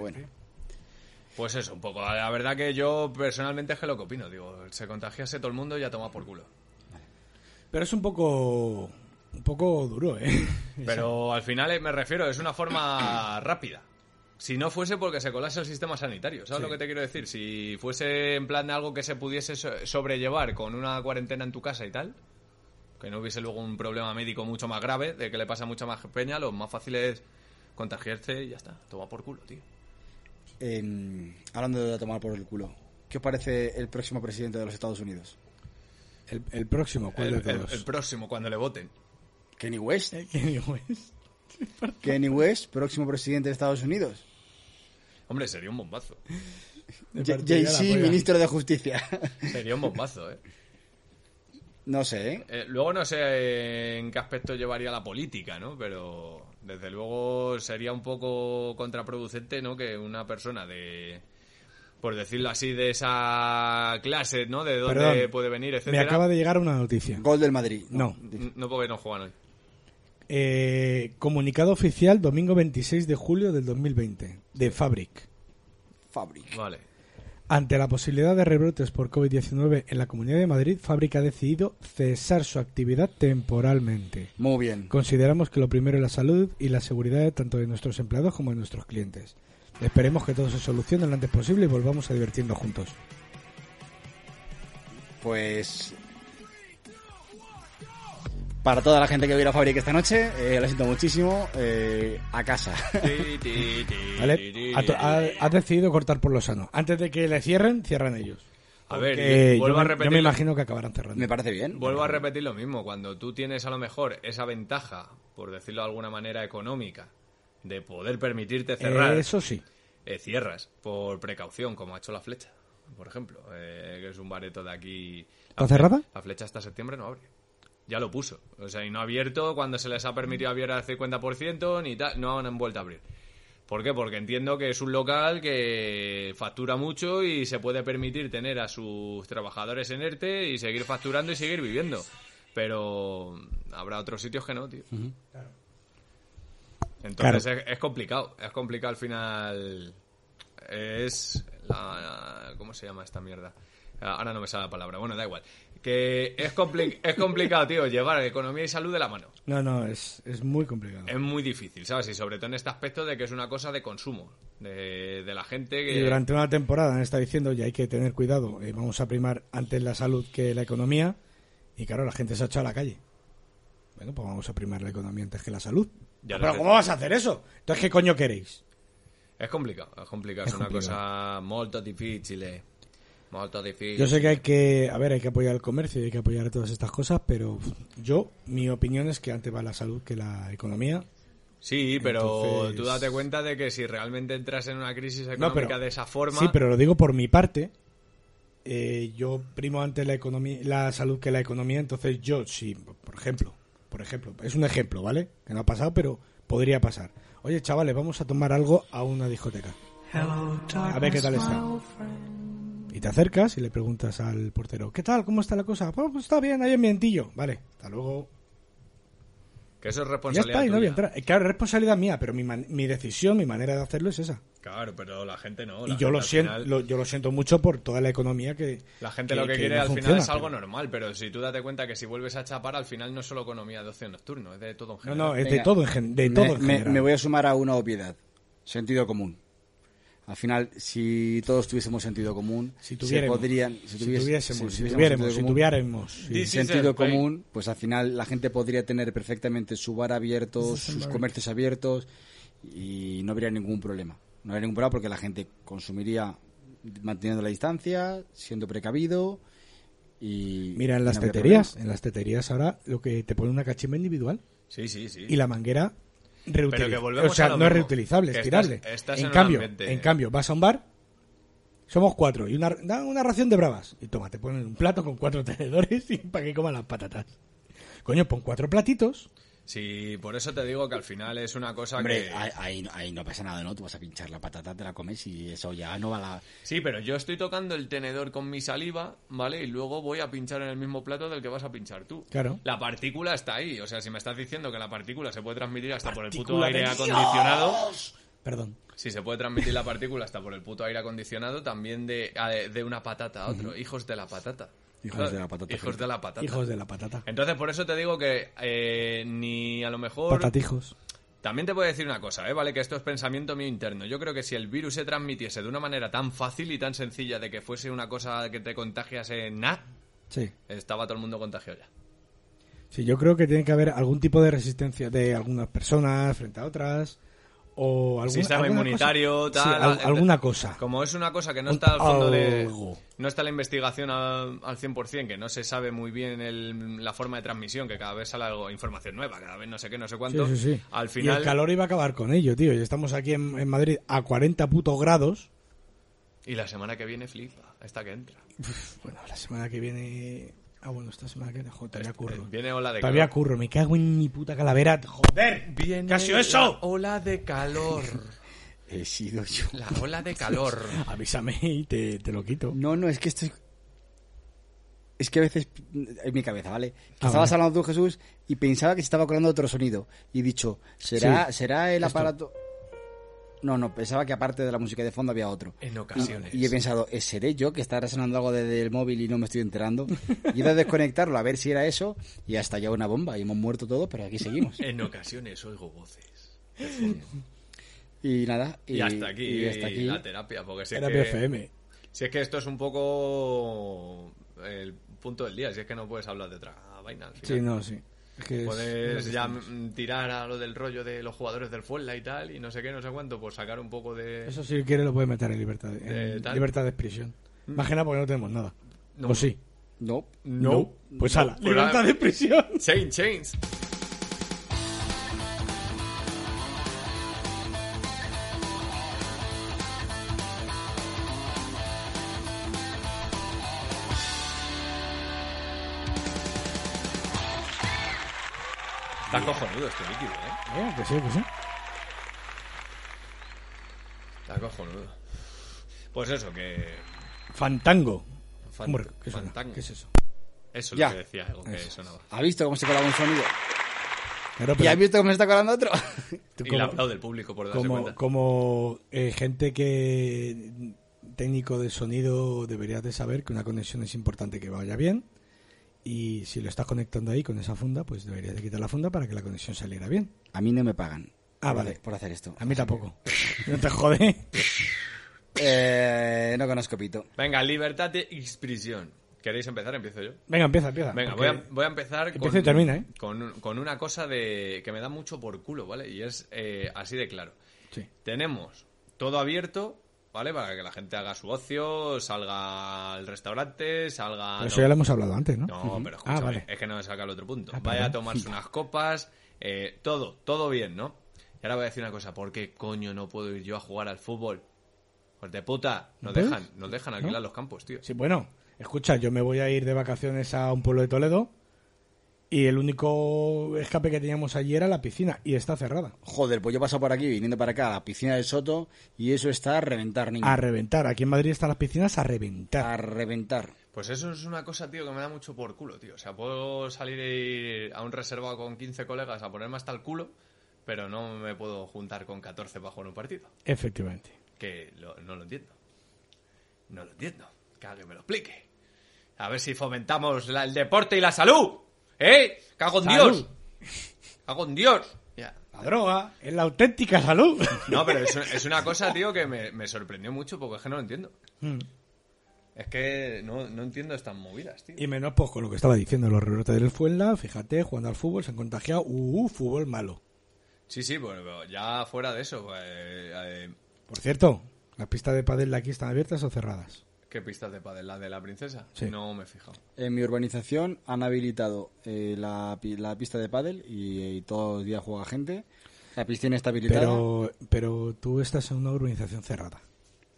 S1: Pero bueno.
S4: Pues eso, un poco. La verdad que yo personalmente es que lo que opino. Digo, se contagiase todo el mundo y ya toma por culo.
S3: Pero es un poco. Un poco duro, ¿eh?
S4: Pero al final eh, me refiero, es
S3: <coughs>
S4: una forma rápida. Si no fuese porque se colase el sistema sanitario, ¿sabes lo que te quiero decir? Si fuese en plan algo que se pudiese so- sobrellevar con una cuarentena en tu casa y tal, que no hubiese luego un problema médico mucho más grave, de que le pasa a mucha más peña, lo más fácil es contagiarte y ya está, toma por culo, tío.
S1: em, hablando de tomar por el culo, ¿qué os parece el próximo presidente de los Estados Unidos?
S3: El, el próximo, ¿cuál
S4: El,
S3: Pues de
S4: el-
S3: todos? <laughs>
S4: el próximo, cuando le voten.
S1: Kenny West.
S3: ¿Qué digo es?
S1: Kenny West, próximo presidente de Estados Unidos.
S4: Hombre, sería un bombazo.
S3: Me
S1: J-
S3: partiría la
S1: JC,
S3: polla.
S1: ministro de Justicia. <laughs>
S4: Sería un bombazo, ¿eh?
S1: no sé, ¿eh?
S4: Eh, luego no sé en qué aspecto llevaría la política, ¿no? Pero desde luego sería un poco contraproducente, ¿no? Que una persona de, por decirlo así, de esa clase, ¿no? De dónde
S3: Perdón,
S4: puede venir,
S3: Me
S4: etcétera.
S3: acaba de llegar una noticia.
S1: Gol del Madrid.
S3: No.
S4: N- No porque no juegan hoy.
S3: Eh, comunicado oficial domingo 26 de julio del 2020 de Fabric.
S1: Fabri.
S4: Vale.
S3: Ante la posibilidad de rebrotes por COVID-19 en la Comunidad de Madrid, Fabric ha decidido cesar su actividad temporalmente.
S1: Muy bien.
S3: Consideramos que lo primero es la salud y la seguridad de tanto de nuestros empleados como de nuestros clientes. Esperemos que todo se solucione lo antes posible y volvamos a divertirnos juntos.
S1: Pues... Para toda la gente que viera a Fabric esta noche, eh, lo siento muchísimo. eh, a casa. <laughs>
S4: Ti, ti, ti, ti,
S3: <laughs> ¿Vale?
S4: ti,
S3: Ha, to- ha-
S4: ti.
S3: ha decidido cortar por lo sano. Antes de que le cierren, cierran ellos.
S4: A ver,
S3: Porque
S4: y-
S3: yo
S4: vuelvo
S3: me-
S4: a
S3: Yo me
S4: repetir
S3: imagino que acabarán cerrando.
S1: Me parece bien.
S4: Vuelvo a repetir lo mismo, cuando tú tienes a lo mejor esa ventaja, por decirlo de alguna manera económica, de poder permitirte cerrar.
S3: Eh, eso sí.
S4: eh, cierras por precaución, como ha hecho la flecha, por ejemplo, eh, que es un bareto de aquí.
S3: ¿Está
S4: La fle-
S3: cerrada?
S4: La flecha hasta septiembre no abre. Ya lo puso. O sea, y no ha abierto cuando se les ha permitido abrir al 50% ni tal. No han vuelto a abrir. ¿Por qué? Porque entiendo que es un local que factura mucho y se puede permitir tener a sus trabajadores en ERTE y seguir facturando y seguir viviendo. Pero habrá otros sitios que no, tío. Entonces
S3: Claro.
S4: es, es complicado, es complicado al final. Es la, ¿Cómo se llama esta mierda? Ahora no me sale la palabra, bueno, da igual. Que es, compli- es complicado, tío, llevar economía y salud de la mano.
S3: No, no, es, es muy complicado.
S4: Es muy difícil, ¿sabes? Y sobre todo en este aspecto de que es una cosa de consumo, de, de la gente que...
S3: Y durante una temporada han estado diciendo ya hay que tener cuidado, eh, vamos a primar antes la salud que la economía. Y claro, la gente se ha echado a la calle. Bueno, pues vamos a primar la economía antes que la salud.
S4: Ya
S3: Ah,
S4: lo
S3: Pero
S4: sé.
S3: ¿cómo vas a hacer eso? Entonces, ¿qué coño queréis?
S4: Es complicado, es complicado, es,
S3: Es
S4: una
S3: complicado.
S4: cosa muy difícil, muy difícil.
S3: Yo sé que hay que, a ver, hay que apoyar el comercio y hay que apoyar todas estas cosas, pero uf, yo, mi opinión es que antes va la salud que la economía.
S4: Sí, pero
S3: Entonces-
S4: tú date cuenta de que si realmente entras en una crisis
S3: No,
S4: económica
S3: pero,
S4: de esa forma...
S3: Sí, pero lo digo por mi parte. Eh, yo primo antes la economía, la salud que la economía, entonces yo, si, por ejemplo, por ejemplo, es un ejemplo, ¿vale? Que no ha pasado, pero podría pasar. Oye, chavales, vamos a tomar algo a una discoteca. A ver qué tal está. Y te acercas y le preguntas al portero, ¿qué tal? ¿Cómo está la cosa? "Bueno, Pues está bien, hay ambientillo. Vale, hasta luego.
S4: Que eso es
S3: Y Ya
S4: responsabilidad
S3: está, y no voy a
S4: tuya.
S3: entrar. Eh, Claro, es responsabilidad mía, pero mi, man- mi decisión, mi manera de hacerlo es esa.
S4: Claro, pero la gente no. la
S3: Y yo
S4: gente
S3: lo,
S4: al
S3: siento,
S4: final-
S3: lo- yo lo siento mucho por toda la economía que...
S4: La gente lo que, quiere
S3: no
S4: al final
S3: funciona,
S4: es algo
S3: pero-
S4: normal, pero si tú date cuenta que si vuelves a chapar, al final no es solo economía de ocio nocturno, es de todo en
S3: No,
S4: general.
S3: no, es de
S1: Venga,
S3: todo en, gen- de
S1: me-
S3: todo en
S1: me,
S3: general.
S1: me voy a sumar a una obviedad. Sentido común. Al final, si todos tuviésemos sentido común, se
S3: Si tuviéramos,
S1: podrían...
S3: si
S1: tuvies-
S3: tuviésemos, si
S1: tuviésemos
S3: tuviéramos, si
S1: sentido común,
S3: tuviéramos, sí.
S4: Dis- Sí, sí,
S1: sentido
S4: sí,
S1: común, pues al final la gente podría tener perfectamente su bar abierto, sus comercios abiertos y no habría ningún problema. No habría ningún problema porque la gente consumiría manteniendo la distancia, siendo precavido y...
S3: Mira, en
S1: y
S3: las
S1: no habría
S3: teterías,
S1: problema.
S3: en las teterías ahora lo que te pone una cachimba individual
S4: Sí, sí, sí.
S3: y la manguera
S4: Pero que
S3: reutilizable.
S4: volvemos
S3: O sea,
S4: a lo
S3: no es
S4: mismo,
S3: reutilizable, es
S4: que
S3: tirable.
S4: estás- estás en
S3: en,
S4: un
S3: cambio,
S4: ambiente-
S3: en cambio, vas a un bar, somos cuatro, y una, da una ración de bravas. Y toma, te ponen un plato con cuatro <laughs> tenedores y para que coman las patatas. Coño, pon cuatro platitos.
S4: Sí, por eso te digo que al final es una cosa
S1: Hombre,
S4: que...
S1: ahí, ahí no- ahí no pasa nada, ¿no? Tú vas a pinchar la patata, te la comes y eso ya no va a la...
S4: Sí, pero yo estoy tocando el tenedor con mi saliva, ¿vale? Y luego voy a pinchar en el mismo plato del que vas a pinchar tú.
S3: Claro.
S4: La partícula está ahí. O sea, si me estás diciendo que la partícula se puede transmitir hasta por el puto
S3: Partícula
S4: aire
S3: de
S4: acondicionado.
S3: Perdón.
S4: Si se puede transmitir la partícula hasta por el puto aire acondicionado, también de, a- de una patata a otro. Hijos de la patata.
S1: Hijos de la patata
S4: Hijos
S1: frita.
S4: de la patata.
S3: Hijos de la patata.
S4: Entonces, por eso te digo que eh, ni a lo mejor...
S3: Patatijos.
S4: También te puedo decir una cosa, ¿eh? ¿Vale? Que esto es pensamiento mío interno. Yo creo que si el virus se transmitiese de una manera tan fácil y tan sencilla de que fuese una cosa que te contagias en nada,
S3: Sí.
S4: estaba todo el mundo contagiado ya.
S3: Sí, yo creo que tiene que haber algún tipo de resistencia de algunas personas frente a otras. O algún
S4: Sistema inmunitario, tal...
S3: al-
S4: etcétera.
S3: alguna cosa.
S4: Como es una cosa que no
S3: Un-
S4: está al fondo de...
S3: algo.
S4: No está la investigación a- al 100%, que no se sabe muy bien el- la forma de transmisión, que cada vez sale algo, información nueva, cada vez no sé qué, no sé
S3: Sí,
S4: cuánto.
S3: sí, sí.
S4: Al
S3: Y
S4: final...
S3: el calor iba a acabar con ello, tío. Y estamos aquí en, en Madrid a 40 putos grados.
S4: y la semana que viene flipa, esta que entra.
S3: Bueno, la semana que viene. Ah, bueno, esta semana que viene. Joder, todavía curro.
S4: Eh, Viene ola Este de
S3: Todavía
S4: calor.
S3: curro. Me cago en mi puta calavera. Joder.
S4: Viene
S3: ¿Qué ha sido eso?
S4: la ola de calor.
S1: He sido yo.
S4: La ola de calor.
S3: Avísame y te, te lo quito.
S1: No, no, es que estoy... Es que a veces es mi cabeza, ¿vale? Que
S3: Ah,
S1: estabas
S3: vale.
S1: hablando tú, Jesús, y pensaba que se estaba colando otro sonido. Y he dicho, ¿será,
S3: Sí,
S1: ¿será el
S3: esto.
S1: aparato...? No, no, pensaba que aparte de la música de fondo había otro.
S4: En ocasiones.
S1: Y he pensado, ¿eh, ¿seré yo que estará sonando algo desde el móvil y no me estoy enterando? Y he ido a desconectarlo a ver si era eso y ha estallado una bomba y hemos muerto todos, pero aquí seguimos.
S4: En ocasiones oigo voces.
S1: Y nada. Y,
S4: Y, hasta aquí,
S1: y hasta aquí.
S4: la terapia, porque si es,
S3: Era
S4: que,
S3: BFM.
S4: si es que esto es un poco el punto del día, si es que no puedes hablar de otra vaina. al final.
S3: Sí, no, sí. Es que es-
S4: Puedes ya mm, tirar a lo del rollo de los jugadores del Fuenla y tal, y no sé qué, no sé cuánto, por sacar un poco de...
S3: Eso si quiere lo puede meter en libertad de,
S4: Eh,
S3: en
S4: tal. Mm.
S3: libertad de expresión. Imagina porque no tenemos nada.
S4: No.
S3: ¿O sí?
S1: No.
S4: No.
S3: Pues
S4: No.
S3: ala,
S4: Pues
S3: libertad
S4: ala.
S3: de expresión.
S4: <laughs> Chain, chains. Está cojonudo este líquido, ¿eh?
S3: Eh, que sí, que sí.
S4: Está cojonudo. Pues eso, que...
S3: Fantango.
S4: Fant-
S3: Hombre, ¿qué, suena?
S4: fantango.
S3: ¿Qué es eso?
S4: Eso es
S1: Ya.
S4: lo que decía, algo que sonaba.
S1: ¿Ha visto cómo se colaba un <laughs> sonido?
S3: Claro,
S1: ¿Y
S3: pero
S1: ha visto cómo se está colando otro?
S3: tú
S4: Y
S3: como-
S4: el aplauso del público, por darse
S3: como,
S4: cuenta.
S3: como eh, gente que mm, técnico de sonido deberías de saber que una conexión es importante que vaya bien y si lo estás conectando ahí con esa funda pues deberías de quitar la funda para que la conexión saliera bien
S1: <laughs> A mí no me pagan.
S3: Ah,
S1: por
S3: vale.
S1: hacer- Por hacer esto.
S3: a mí tampoco <laughs> no te jode
S4: <laughs>
S1: Eh, no conozco Pito.
S4: Venga, libertad de expresión. ¿Queréis empezar? Empiezo yo.
S3: venga empieza empieza
S4: Venga, voy
S3: porque-
S4: a, voy a empezar
S3: Empieza
S4: con,
S3: y termina, ¿eh?
S4: con, un- con una cosa de, que me da mucho por culo, ¿vale? Y es eh, así de claro.
S3: Sí.
S4: Tenemos todo abierto, ¿vale? Para que la gente haga su ocio, salga al restaurante, salga...
S3: Pero eso ya lo hemos hablado antes no
S4: Ah, No, pero
S3: ah
S4: escúchame,
S3: vale
S4: es que no me saca el otro punto.
S3: Ah,
S4: Vaya a
S3: perdón.
S4: tomarse unas copas, eh, todo, todo bien, ¿no? Y ahora voy a decir una cosa, ¿por qué coño no puedo ir yo a jugar al fútbol? Pues de puta, nos
S3: puedes?
S4: dejan, nos dejan alquilar los campos, tío.
S3: Sí, bueno, escucha, yo me voy a ir de vacaciones a un pueblo de Toledo y el único escape que teníamos allí era la piscina y está cerrada.
S1: Joder, pues yo paso por aquí, viniendo para acá, a la piscina del Soto, y eso está a reventar, niño.
S3: A reventar. Aquí en Madrid están las piscinas a reventar.
S4: Ah.
S1: a reventar.
S4: Pues eso es una cosa, tío, que me da mucho por culo, tío. O sea, puedo salir e ir a un reservado con 15 colegas a ponerme hasta el culo, pero no me puedo juntar con 14 para jugar un partido.
S3: Efectivamente.
S4: Que lo- no lo entiendo. No lo entiendo. Que alguien me lo explique. A ver si fomentamos la- el deporte y la salud. ¿Eh? ¡Cago en
S3: Salud.
S4: Dios! ¡Cago en Dios! Ya.
S3: La droga es la auténtica
S4: <laughs>
S3: salud.
S4: No, pero es, es una cosa, tío, que me, me sorprendió mucho porque es que no lo entiendo.
S3: Mm.
S4: Es que no, no entiendo estas movidas, tío.
S3: y menos pues con lo que estaba diciendo los rebrotes del Fuenla, fíjate, jugando al fútbol, se han contagiado. Uh, uh, fútbol malo.
S4: Sí, sí, bueno, pero ya fuera de eso, pues, eh, eh,
S3: Por cierto, las pistas de pádel de aquí están abiertas o cerradas.
S4: ¿qué pistas de pádel? ¿La de la princesa?
S3: Sí.
S4: No me he fijado.
S1: En mi urbanización han habilitado eh, la, pi- la pista de pádel y, eh, y todos los días juega gente. La piscina está habilitada.
S3: Pero, pero tú estás en una urbanización cerrada.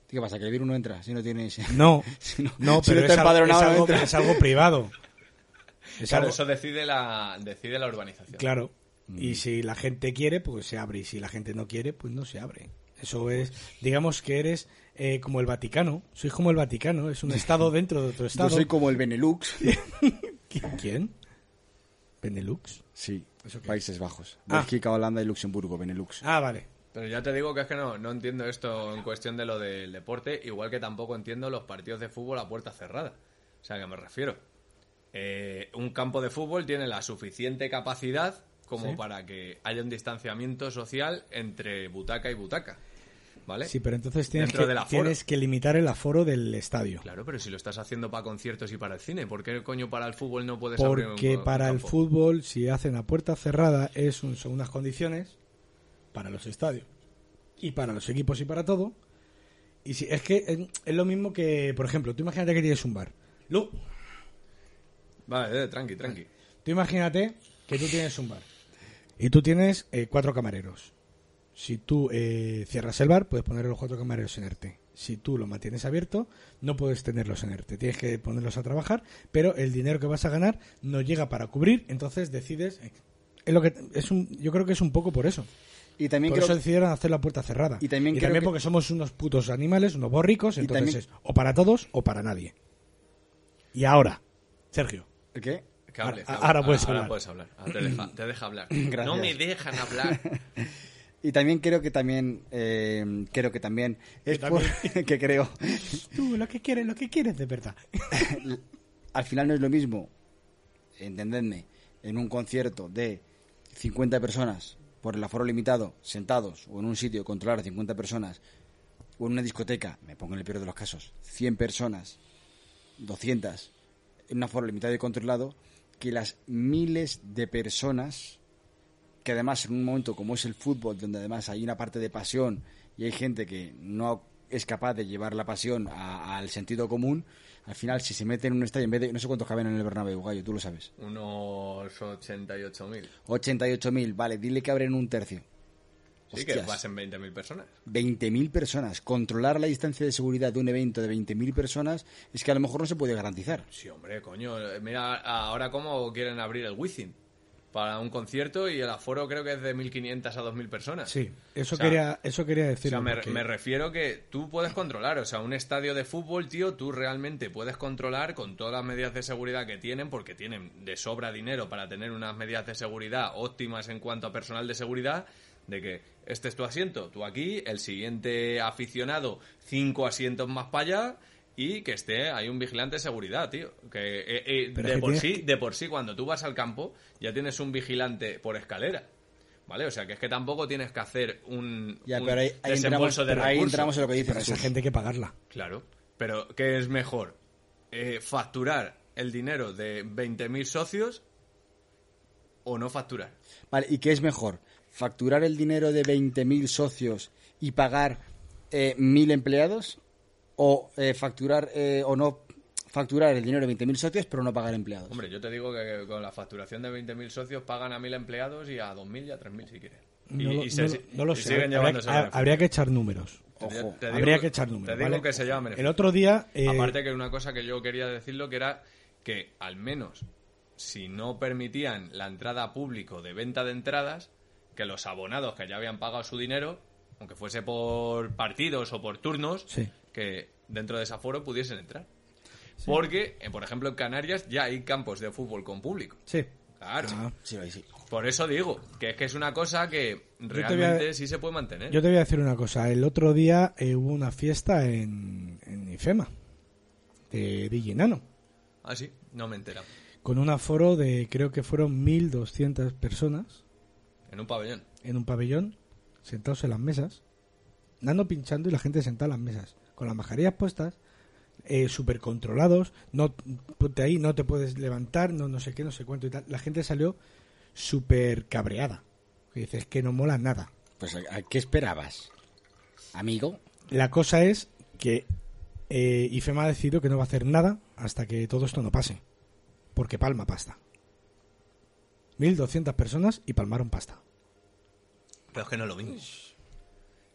S1: ¿Qué pasa? Que el virus no entra si no tienes... <laughs>
S3: No,
S1: Si no-
S3: no,
S1: si
S3: pero
S1: no está
S3: es, algo, es,
S1: empadronado, no
S3: algo,
S1: entra.
S3: es
S1: <laughs>
S3: algo privado. Es
S4: Claro,
S3: algo-
S4: eso decide la, decide la urbanización.
S3: claro.
S1: Mm.
S3: Y si la gente quiere, pues se abre. Y si la gente no quiere, pues no se abre. Eso es, digamos que eres eh, como el Vaticano. Sois como el Vaticano.
S1: <laughs>
S3: Es un estado dentro de otro
S1: Yo
S3: estado.
S1: soy como el Benelux.
S3: ¿Qui- ¿Quién? ¿Benelux?
S1: Sí,
S3: ¿Eso qué?
S1: Países Bajos.
S3: Ah.
S1: Bélgica, Holanda y Luxemburgo, Benelux.
S3: Ah, vale.
S4: Pero ya te digo que es que no, no entiendo esto en cuestión de lo del deporte, igual que tampoco entiendo los partidos de fútbol a puerta cerrada. O sea, que me refiero. Eh, un campo de fútbol tiene la suficiente capacidad como para que haya un distanciamiento social entre butaca y butaca. ¿Vale?
S3: Sí, pero entonces tienes,
S4: Dentro
S3: que,
S4: del aforo.
S3: tienes que limitar el aforo del estadio.
S4: Claro, pero si lo estás haciendo para conciertos y para el cine, ¿por qué coño para el fútbol no puedes abrir un-
S3: Porque
S4: un
S3: para el
S4: campo?
S3: fútbol, si hacen a puerta cerrada, es un- son unas condiciones para los estadios y para los equipos y para todo. Y si es que es, es lo mismo que, por ejemplo, tú imagínate que tienes un bar. Lu,
S4: Vale, eh, tranqui, tranqui.
S3: tú imagínate que tú tienes un bar y tú tienes eh, cuatro camareros. Si tú eh, cierras el bar, puedes poner los cuatro camareros en ERTE. Si tú lo mantienes abierto, no puedes tenerlos en ERTE. Tienes que ponerlos a trabajar, pero el dinero que vas a ganar no llega para cubrir, entonces decides... eh, es lo que es un, yo creo que es un poco por eso.
S1: Y también
S3: Por
S1: creo
S3: eso
S1: que-
S3: decidieron hacer la puerta cerrada.
S1: Y también creo que-
S3: porque somos unos putos animales, unos borricos,
S1: Y
S3: entonces
S1: también-
S3: es o para todos o para nadie. Y ahora, Sergio.
S1: ¿El ¿Qué?
S4: Que hable,
S3: Ahora-
S4: que hable.
S3: ahora puedes
S4: Ah,
S3: hablar.
S4: Ah, te, deja, te
S3: <clears throat>
S4: deja hablar. No
S1: Gracias.
S4: me
S3: <laughs>
S4: dejan hablar.
S1: Y también creo que también... eh, creo que también... Es por- <laughs> que creo...
S3: Tú lo que quieres, lo que quieres de verdad.
S1: al final no es lo mismo, entendedme, en un concierto de 50 personas por el aforo limitado, sentados o en un sitio controlar a 50 personas, o en una discoteca, me pongo en el peor de los casos, 100 personas, 200, en un aforo limitado y controlado, que las miles de personas que además en un momento como es el fútbol, donde además hay una parte de pasión y hay gente que no es capaz de llevar la pasión a- al sentido común, al final si se mete en un estadio, en vez de, no sé cuántos caben en el Bernabéu, Gallo, tú lo sabes,
S4: Unos 88.000.
S1: 88.000, vale, dile que abren un tercio.
S4: Sí, que
S1: Hostias.
S4: pasen 20.000 personas.
S1: 20.000 personas, controlar la distancia de seguridad de un evento de 20.000 personas es que a lo mejor no se puede garantizar.
S4: Sí, hombre, coño. Mira ahora cómo quieren abrir el Wizzing. para un concierto y el aforo creo que es de 1.500 a 2.000 personas.
S3: Sí, eso,
S4: O sea,
S3: quería, eso quería
S4: O
S3: decir.
S4: sea, me, me refiero que tú puedes controlar, o sea, un estadio de fútbol, tío, tú realmente puedes controlar con todas las medidas de seguridad que tienen, porque tienen de sobra dinero para tener unas medidas de seguridad óptimas en cuanto a personal de seguridad, de que este es tu asiento, tú aquí, el siguiente aficionado, cinco asientos más para allá. Y que esté hay un vigilante de seguridad, tío. Que, eh, eh,
S3: Pero
S4: de,
S3: es que
S4: por
S3: tienes
S4: sí, de por sí, cuando tú vas al campo, ya tienes un vigilante por escalera. ¿Vale? O sea, que es que tampoco tienes que hacer un,
S1: Ya,
S4: un
S1: pero ahí, ahí entramos,
S4: desembolso de
S1: pero ahí
S4: recursos.
S1: entramos en lo que dice
S3: Pero esa
S1: Jesús.
S3: gente hay que pagarla.
S4: Claro, pero ¿qué es mejor? Eh, ¿Facturar el dinero de 20.000 socios o no facturar?
S1: Vale, ¿y qué es mejor? ¿Facturar el dinero de 20.000 socios y pagar eh, 1.000 empleados? ¿O eh, facturar eh, o no facturar el dinero de 20.000 socios pero no pagar empleados?
S4: Hombre, yo te digo que con la facturación de 20.000 socios pagan a 1.000 empleados y a 2.000 y a 3.000 si quieren. Y,
S3: No, lo-
S4: y se-
S3: no lo- no lo
S4: y
S3: sé.
S4: siguen
S3: Habría,
S4: llevándose
S3: ha-
S4: la beneficio.
S3: habría que echar números.
S4: Te di-
S1: Ojo,
S4: te digo
S3: habría que echar números.
S4: Te digo
S3: ¿vale?
S4: que se llama
S3: El otro día. eh,
S4: Aparte que una cosa que yo quería decirlo que era que al menos si no permitían la entrada a público de venta de entradas, que los abonados que ya habían pagado su dinero, aunque fuese por partidos o por turnos,
S3: Sí.
S4: que dentro de ese aforo pudiesen entrar. Porque, eh, por ejemplo, en Canarias ya hay campos de fútbol con público.
S3: Sí.
S4: Claro.
S3: Ah,
S1: Sí, ahí sí.
S4: Por eso digo que es que es una cosa que
S3: te voy a-
S4: realmente sí se puede mantener.
S3: Yo te voy a decir una cosa. El otro día eh, hubo una fiesta en, en IFEMA de Villinano
S4: Ah, sí, no me entera.
S3: con un aforo de creo que fueron 1.200 personas
S4: En un pabellón.
S3: en un pabellón sentados en las mesas, Nando pinchando y la gente sentada en las mesas con las mascarillas puestas, eh, súper controlados, no ponte ahí, no te puedes levantar, no no sé qué, no sé cuánto y tal. La gente salió súper cabreada. Que dices que no mola nada.
S1: Pues, ¿a- a ¿qué esperabas? ¿Amigo?
S3: La cosa es que eh, IFEMA ha decidido que no va a hacer nada hasta que todo esto no pase. Porque palma pasta. 1.200 personas y palmaron pasta.
S4: Pero es que no es lo mismo.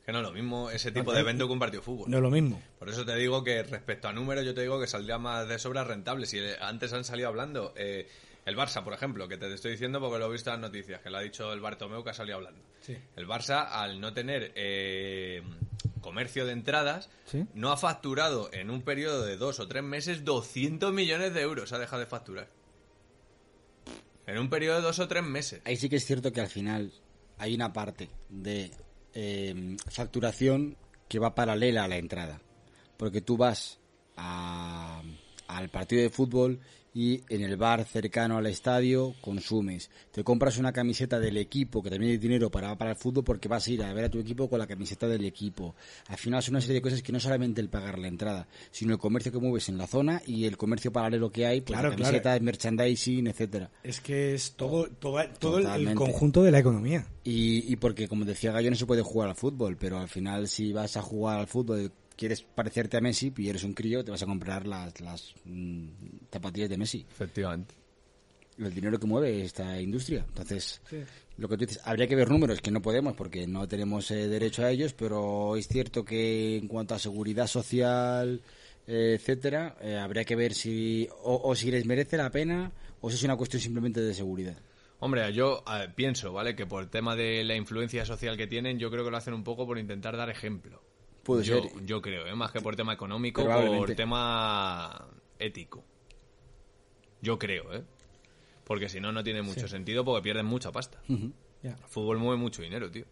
S4: Que no es lo mismo ese
S3: No,
S4: tipo
S3: no,
S4: de evento que un partido de fútbol.
S3: No es lo mismo.
S4: Por eso te digo que respecto a números, yo te digo que saldría más de sobra rentable. Si eh, antes han salido hablando, eh, el Barça, por ejemplo, que te estoy diciendo porque lo he visto en las noticias, que lo ha dicho el Bartomeu que ha salido hablando.
S3: Sí.
S4: El Barça, al no tener eh, comercio de entradas,
S3: Sí.
S4: no ha facturado en un periodo de dos o tres meses 200 millones de euros. Ha dejado de facturar. En un periodo de dos o tres meses.
S1: Ahí sí que es cierto que al final hay una parte de eh, facturación que va paralela a la entrada. Porque tú vas a- al partido de fútbol y en el bar cercano al estadio consumes. Te compras una camiseta del equipo, que también hay dinero para, para el fútbol, porque vas a ir a ver a tu equipo con la camiseta del equipo. Al final son una serie de cosas que no solamente el pagar la entrada, sino el comercio que mueves en la zona y el comercio paralelo que hay, pues
S3: Claro,
S1: la
S3: claro.
S1: camiseta, el merchandising, etcétera.
S3: Es que es todo, todo, todo el- el
S1: Totalmente.
S3: conjunto de la economía.
S1: Y, y porque, como decía Gallo, no se puede jugar al fútbol, pero al final, si vas a jugar al fútbol y quieres parecerte a Messi y eres un crío, te vas a comprar las, las mm, zapatillas de Messi.
S4: Efectivamente.
S1: El dinero que mueve esta industria. Entonces, lo que tú dices, habría que ver números que no podemos porque no tenemos eh, derecho a ellos, pero es cierto que en cuanto a seguridad social, eh, etcétera, eh, habría que ver si o, o si les merece la pena o si es una cuestión simplemente de seguridad.
S4: Hombre, yo eh, pienso, ¿vale? Que por tema de la influencia social que tienen, yo creo que lo hacen un poco por intentar dar ejemplo.
S1: Puede
S4: yo,
S1: ser.
S4: Yo creo, ¿eh? más que por tema económico, por
S1: Probablemente.
S4: tema ético. Yo creo, ¿eh? Porque si no, no tiene mucho sentido porque pierden mucha pasta.
S3: Mm. Ya.
S4: El fútbol mueve mucho dinero, tío.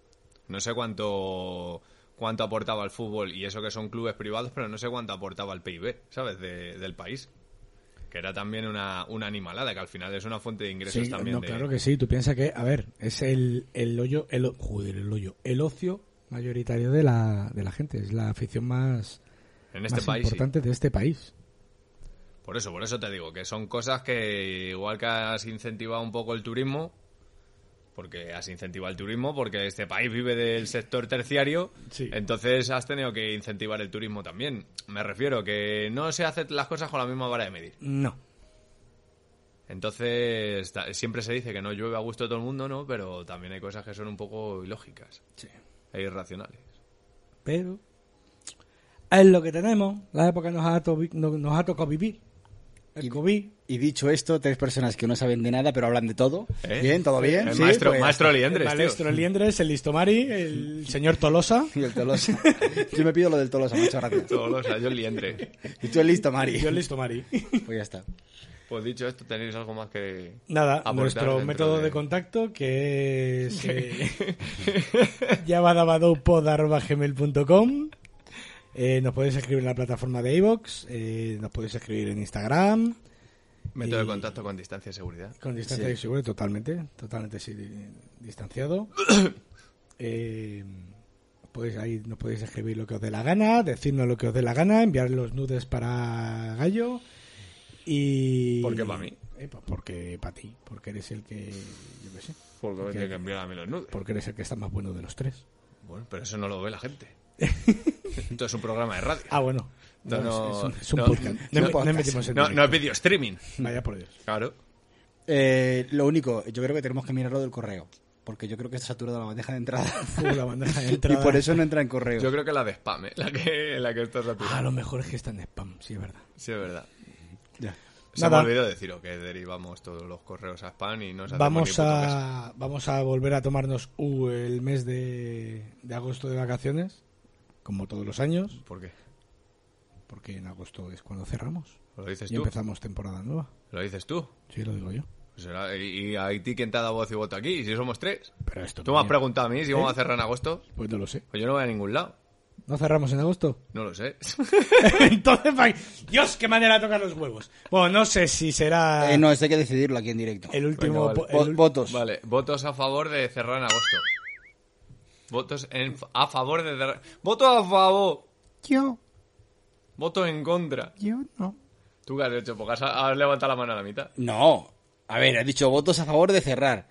S4: No sé cuánto cuánto aportaba el fútbol y eso que son clubes privados, pero no sé cuánto aportaba el PIB, ¿sabes? De- del país. Que era también una, una animalada, que al final es una fuente de ingresos
S3: Sí,
S4: también.
S3: no,
S4: de-
S3: claro que sí. Tú piensas que, a ver, es el, el hoyo, el, o- joder, el hoyo, el ocio mayoritario de la, de la gente. Es la afición más,
S4: En este
S3: más
S4: país. sí.
S3: importante de este país.
S4: Por eso, por eso te digo, que son cosas que igual que has incentivado un poco el turismo, porque has incentivado el turismo, porque este país vive del sector terciario,
S3: Sí.
S4: entonces has tenido que incentivar el turismo también. Me refiero que no se hacen las cosas con la misma vara de medir.
S3: No.
S4: Entonces, ta- siempre se dice que no llueve a gusto de todo el mundo, ¿no? Pero también hay cosas que son un poco ilógicas e irracionales.
S3: Pero es lo que tenemos. La época nos ha, to- no- nos ha tocado vivir. El COVID.
S1: Y dicho esto, tres personas que no saben de nada, pero hablan de todo.
S4: ¿Eh?
S1: Bien, todo bien.
S4: El
S1: Sí,
S4: maestro,
S1: pues-
S4: maestro Liendres,
S3: El
S4: tío.
S3: maestro Liendres, el Listomari, el señor Tolosa.
S1: <laughs> Y el Tolosa. Yo me pido lo del Tolosa, muchas gracias.
S4: Todos los años Liendre.
S1: Y tú el listo, Mari.
S3: Yo el Listomari.
S1: Pues ya está.
S4: Pues dicho esto, tenéis algo más que.
S3: Nada,
S4: aportar
S3: nuestro
S4: Ah, pues dentro
S3: método de... contacto que es eh, <laughs> yabadabadopod.com. Eh, nos podéis escribir en la plataforma de iVoox, eh, nos podéis escribir en Instagram,
S4: Método
S3: Y-
S4: de contacto con distancia y seguridad.
S3: con distancia
S1: Sí.
S3: de seguro, totalmente, totalmente sí,
S4: <coughs>
S3: distanciado. Eh, pues ahí nos podéis escribir lo que os dé la gana, decirnos lo que os dé la gana, enviar los nudes para Gallo y...
S4: ¿Por qué pa' mí?
S3: Eh, pues porque para ti, porque eres el que... Yo qué sé.
S4: Porque me
S3: ¿Qué?
S4: tiene que enviar a mí los nudes.
S3: Porque eres el que está más bueno de los tres.
S4: Bueno, pero eso no lo ve la gente.
S3: <laughs>
S4: Esto es un programa de radio.
S3: Ah, pues bueno.
S4: No, no,
S3: es, es un, es un
S4: no,
S3: podcast. No,
S4: no,
S3: no
S4: podcast.
S3: emitimos en
S4: No, no
S3: directo.
S4: es video streaming.
S3: Vaya por Dios.
S4: Claro.
S1: Eh, lo único, yo creo que tenemos que mirarlo del correo. Porque yo creo que está saturada la bandeja de entrada.
S3: Uh, la bandeja
S4: <laughs>
S3: de
S1: Y
S3: entrada.
S1: por eso no entra en correo.
S4: Yo creo que la de spam, ¿eh? la que, la que está saturada.
S3: Ah, a lo mejor es que está en spam, sí, es verdad.
S4: Sí, es verdad.
S1: Ya.
S4: Se
S3: Nada.
S4: me olvidó deciros que derivamos todos los correos a spam y no se hace
S3: Vamos
S4: por ni puto caso.
S3: a, vamos a volver a tomarnos uh, el mes de, de agosto de vacaciones, como todos los años,
S4: ¿Por qué?
S3: porque en agosto es cuando cerramos
S4: ¿Lo dices
S3: y
S4: tú?
S3: empezamos temporada nueva.
S4: ¿Lo dices tú? Pues
S3: Sí, lo digo yo.
S4: Será- ¿Y y a ti quién te ha dado voz y voto aquí? ¿Y si somos tres?
S3: Pero esto
S4: ¿Tú me has
S3: también-
S4: preguntado a mí si vamos a cerrar en agosto?
S3: Pues no lo sé.
S4: Pues yo no voy a ningún lado.
S3: ¿No cerramos en agosto?
S4: No lo
S3: <laughs>
S4: sé.
S3: Entonces, pa- Dios, qué manera de tocar los huevos. Bueno, no sé si será
S1: Eh, no, esto hay que decidirlo aquí en directo.
S3: el último.
S4: Venga, vale.
S3: el
S1: Vo-
S3: ul-
S1: votos.
S4: Vale, votos a favor de cerrar en agosto. Votos en- a favor de cerrar. ¡Voto a favor!
S3: Yo,
S4: ¡Voto en contra!
S3: yo no.
S4: ¿Tú qué has hecho? Porque has, has levantado la mano a la mitad.
S1: No. A ver, has dicho votos a favor de cerrar.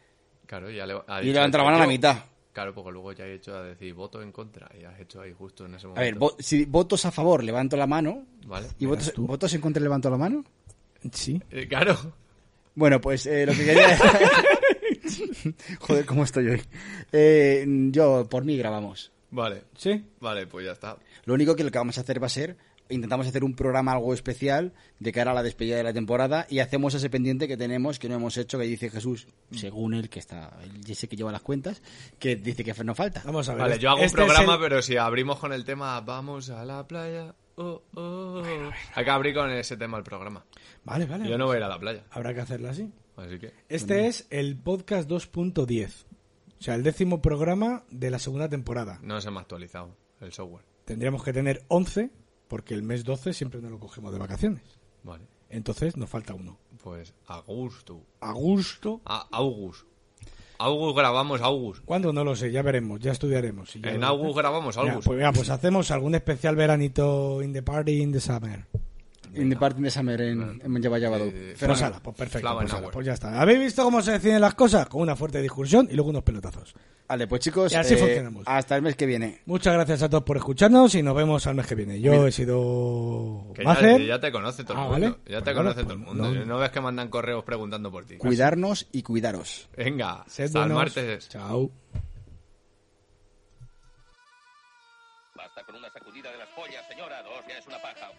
S4: Claro, ya le, ha
S1: Y
S4: dicho
S1: levanta la mano a la
S4: yo.
S1: mitad.
S4: Claro, porque luego ya he hecho a decir voto en contra. Y has hecho ahí justo en ese momento.
S1: A ver, vo- si votos a favor levanto la mano.
S4: Vale.
S1: ¿Y votos, votos en contra levanto la mano?
S3: Sí.
S4: <laughs> Eh, claro.
S1: Bueno, pues eh, lo que quería. <laughs> Joder, ¿cómo estoy hoy? Eh, yo, por mí grabamos.
S4: Vale.
S3: Sí.
S4: Vale, pues ya está.
S1: Lo único que lo que vamos a hacer va a ser. Intentamos hacer un programa algo especial de cara a la despedida de la temporada y hacemos ese pendiente que tenemos, que no hemos hecho, que dice Jesús,
S3: Mm.
S1: según él, que está. él Ese que lleva las cuentas, que dice que nos falta.
S3: Vamos a ver.
S4: Vale, yo hago
S3: Este
S4: un
S3: es
S4: programa,
S3: el-
S4: pero si abrimos con el tema vamos a la playa. Oh, oh. Hay que abrir con ese tema el programa.
S3: Vale, vale.
S4: Yo no voy a ir a
S1: pues-
S4: la playa.
S3: Habrá que hacerla así.
S4: Así que.
S3: Este es el podcast 2.10. O sea, el décimo programa de la segunda temporada.
S4: No se me ha actualizado el software.
S3: Tendríamos que tener 11, porque el mes 12 siempre nos lo cogemos de vacaciones.
S4: Vale.
S3: Entonces nos falta uno.
S4: Pues Augusto.
S3: A gusto.
S4: A August. August grabamos August.
S3: ¿Cuándo? No lo sé, ya veremos, ya estudiaremos. Y ya
S4: En
S3: lo-
S4: August grabamos
S3: Mira,
S4: August.
S3: pues, mira, pues hacemos algún especial veranito in the party in the summer.
S1: In the party in the summer en, en Java Java Dog.
S4: Eh,
S3: Pues
S1: Fenomenal.
S3: ala, pues perfecto.
S4: Flower
S3: Pues,
S4: Hour.
S3: ala, pues ya está. ¿Habéis visto cómo se deciden las cosas? Con una fuerte discusión y luego unos pelotazos.
S1: Vale, pues chicos,
S3: Y así funcionamos.
S1: hasta el mes que viene.
S3: Muchas gracias a todos por escucharnos y nos vemos al mes que viene. Yo he sido
S4: Que ya,
S3: Macer.
S4: ya te conoce todo el
S3: Ah,
S4: mundo.
S3: vale.
S4: Ya te
S3: Pues
S4: conoce
S3: bueno,
S4: todo el
S3: pues
S4: mundo.
S3: no.
S4: No. ves que mandan correos preguntando por ti.
S1: Cuidarnos y cuidaros.
S4: Venga,
S3: Sed
S4: hasta el
S3: buenos.
S4: martes.
S3: Chao.
S5: Basta con una sacudida de las pollas, señora. Dos ya es una paja.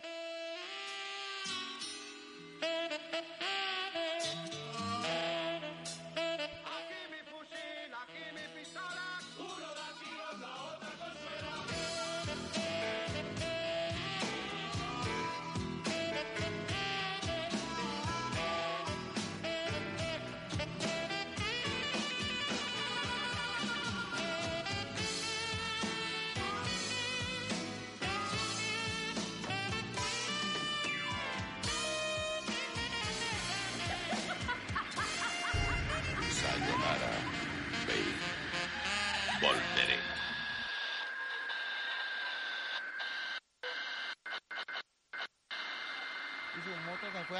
S5: Sayonara, baby. Volveré.
S6: y su moto se fue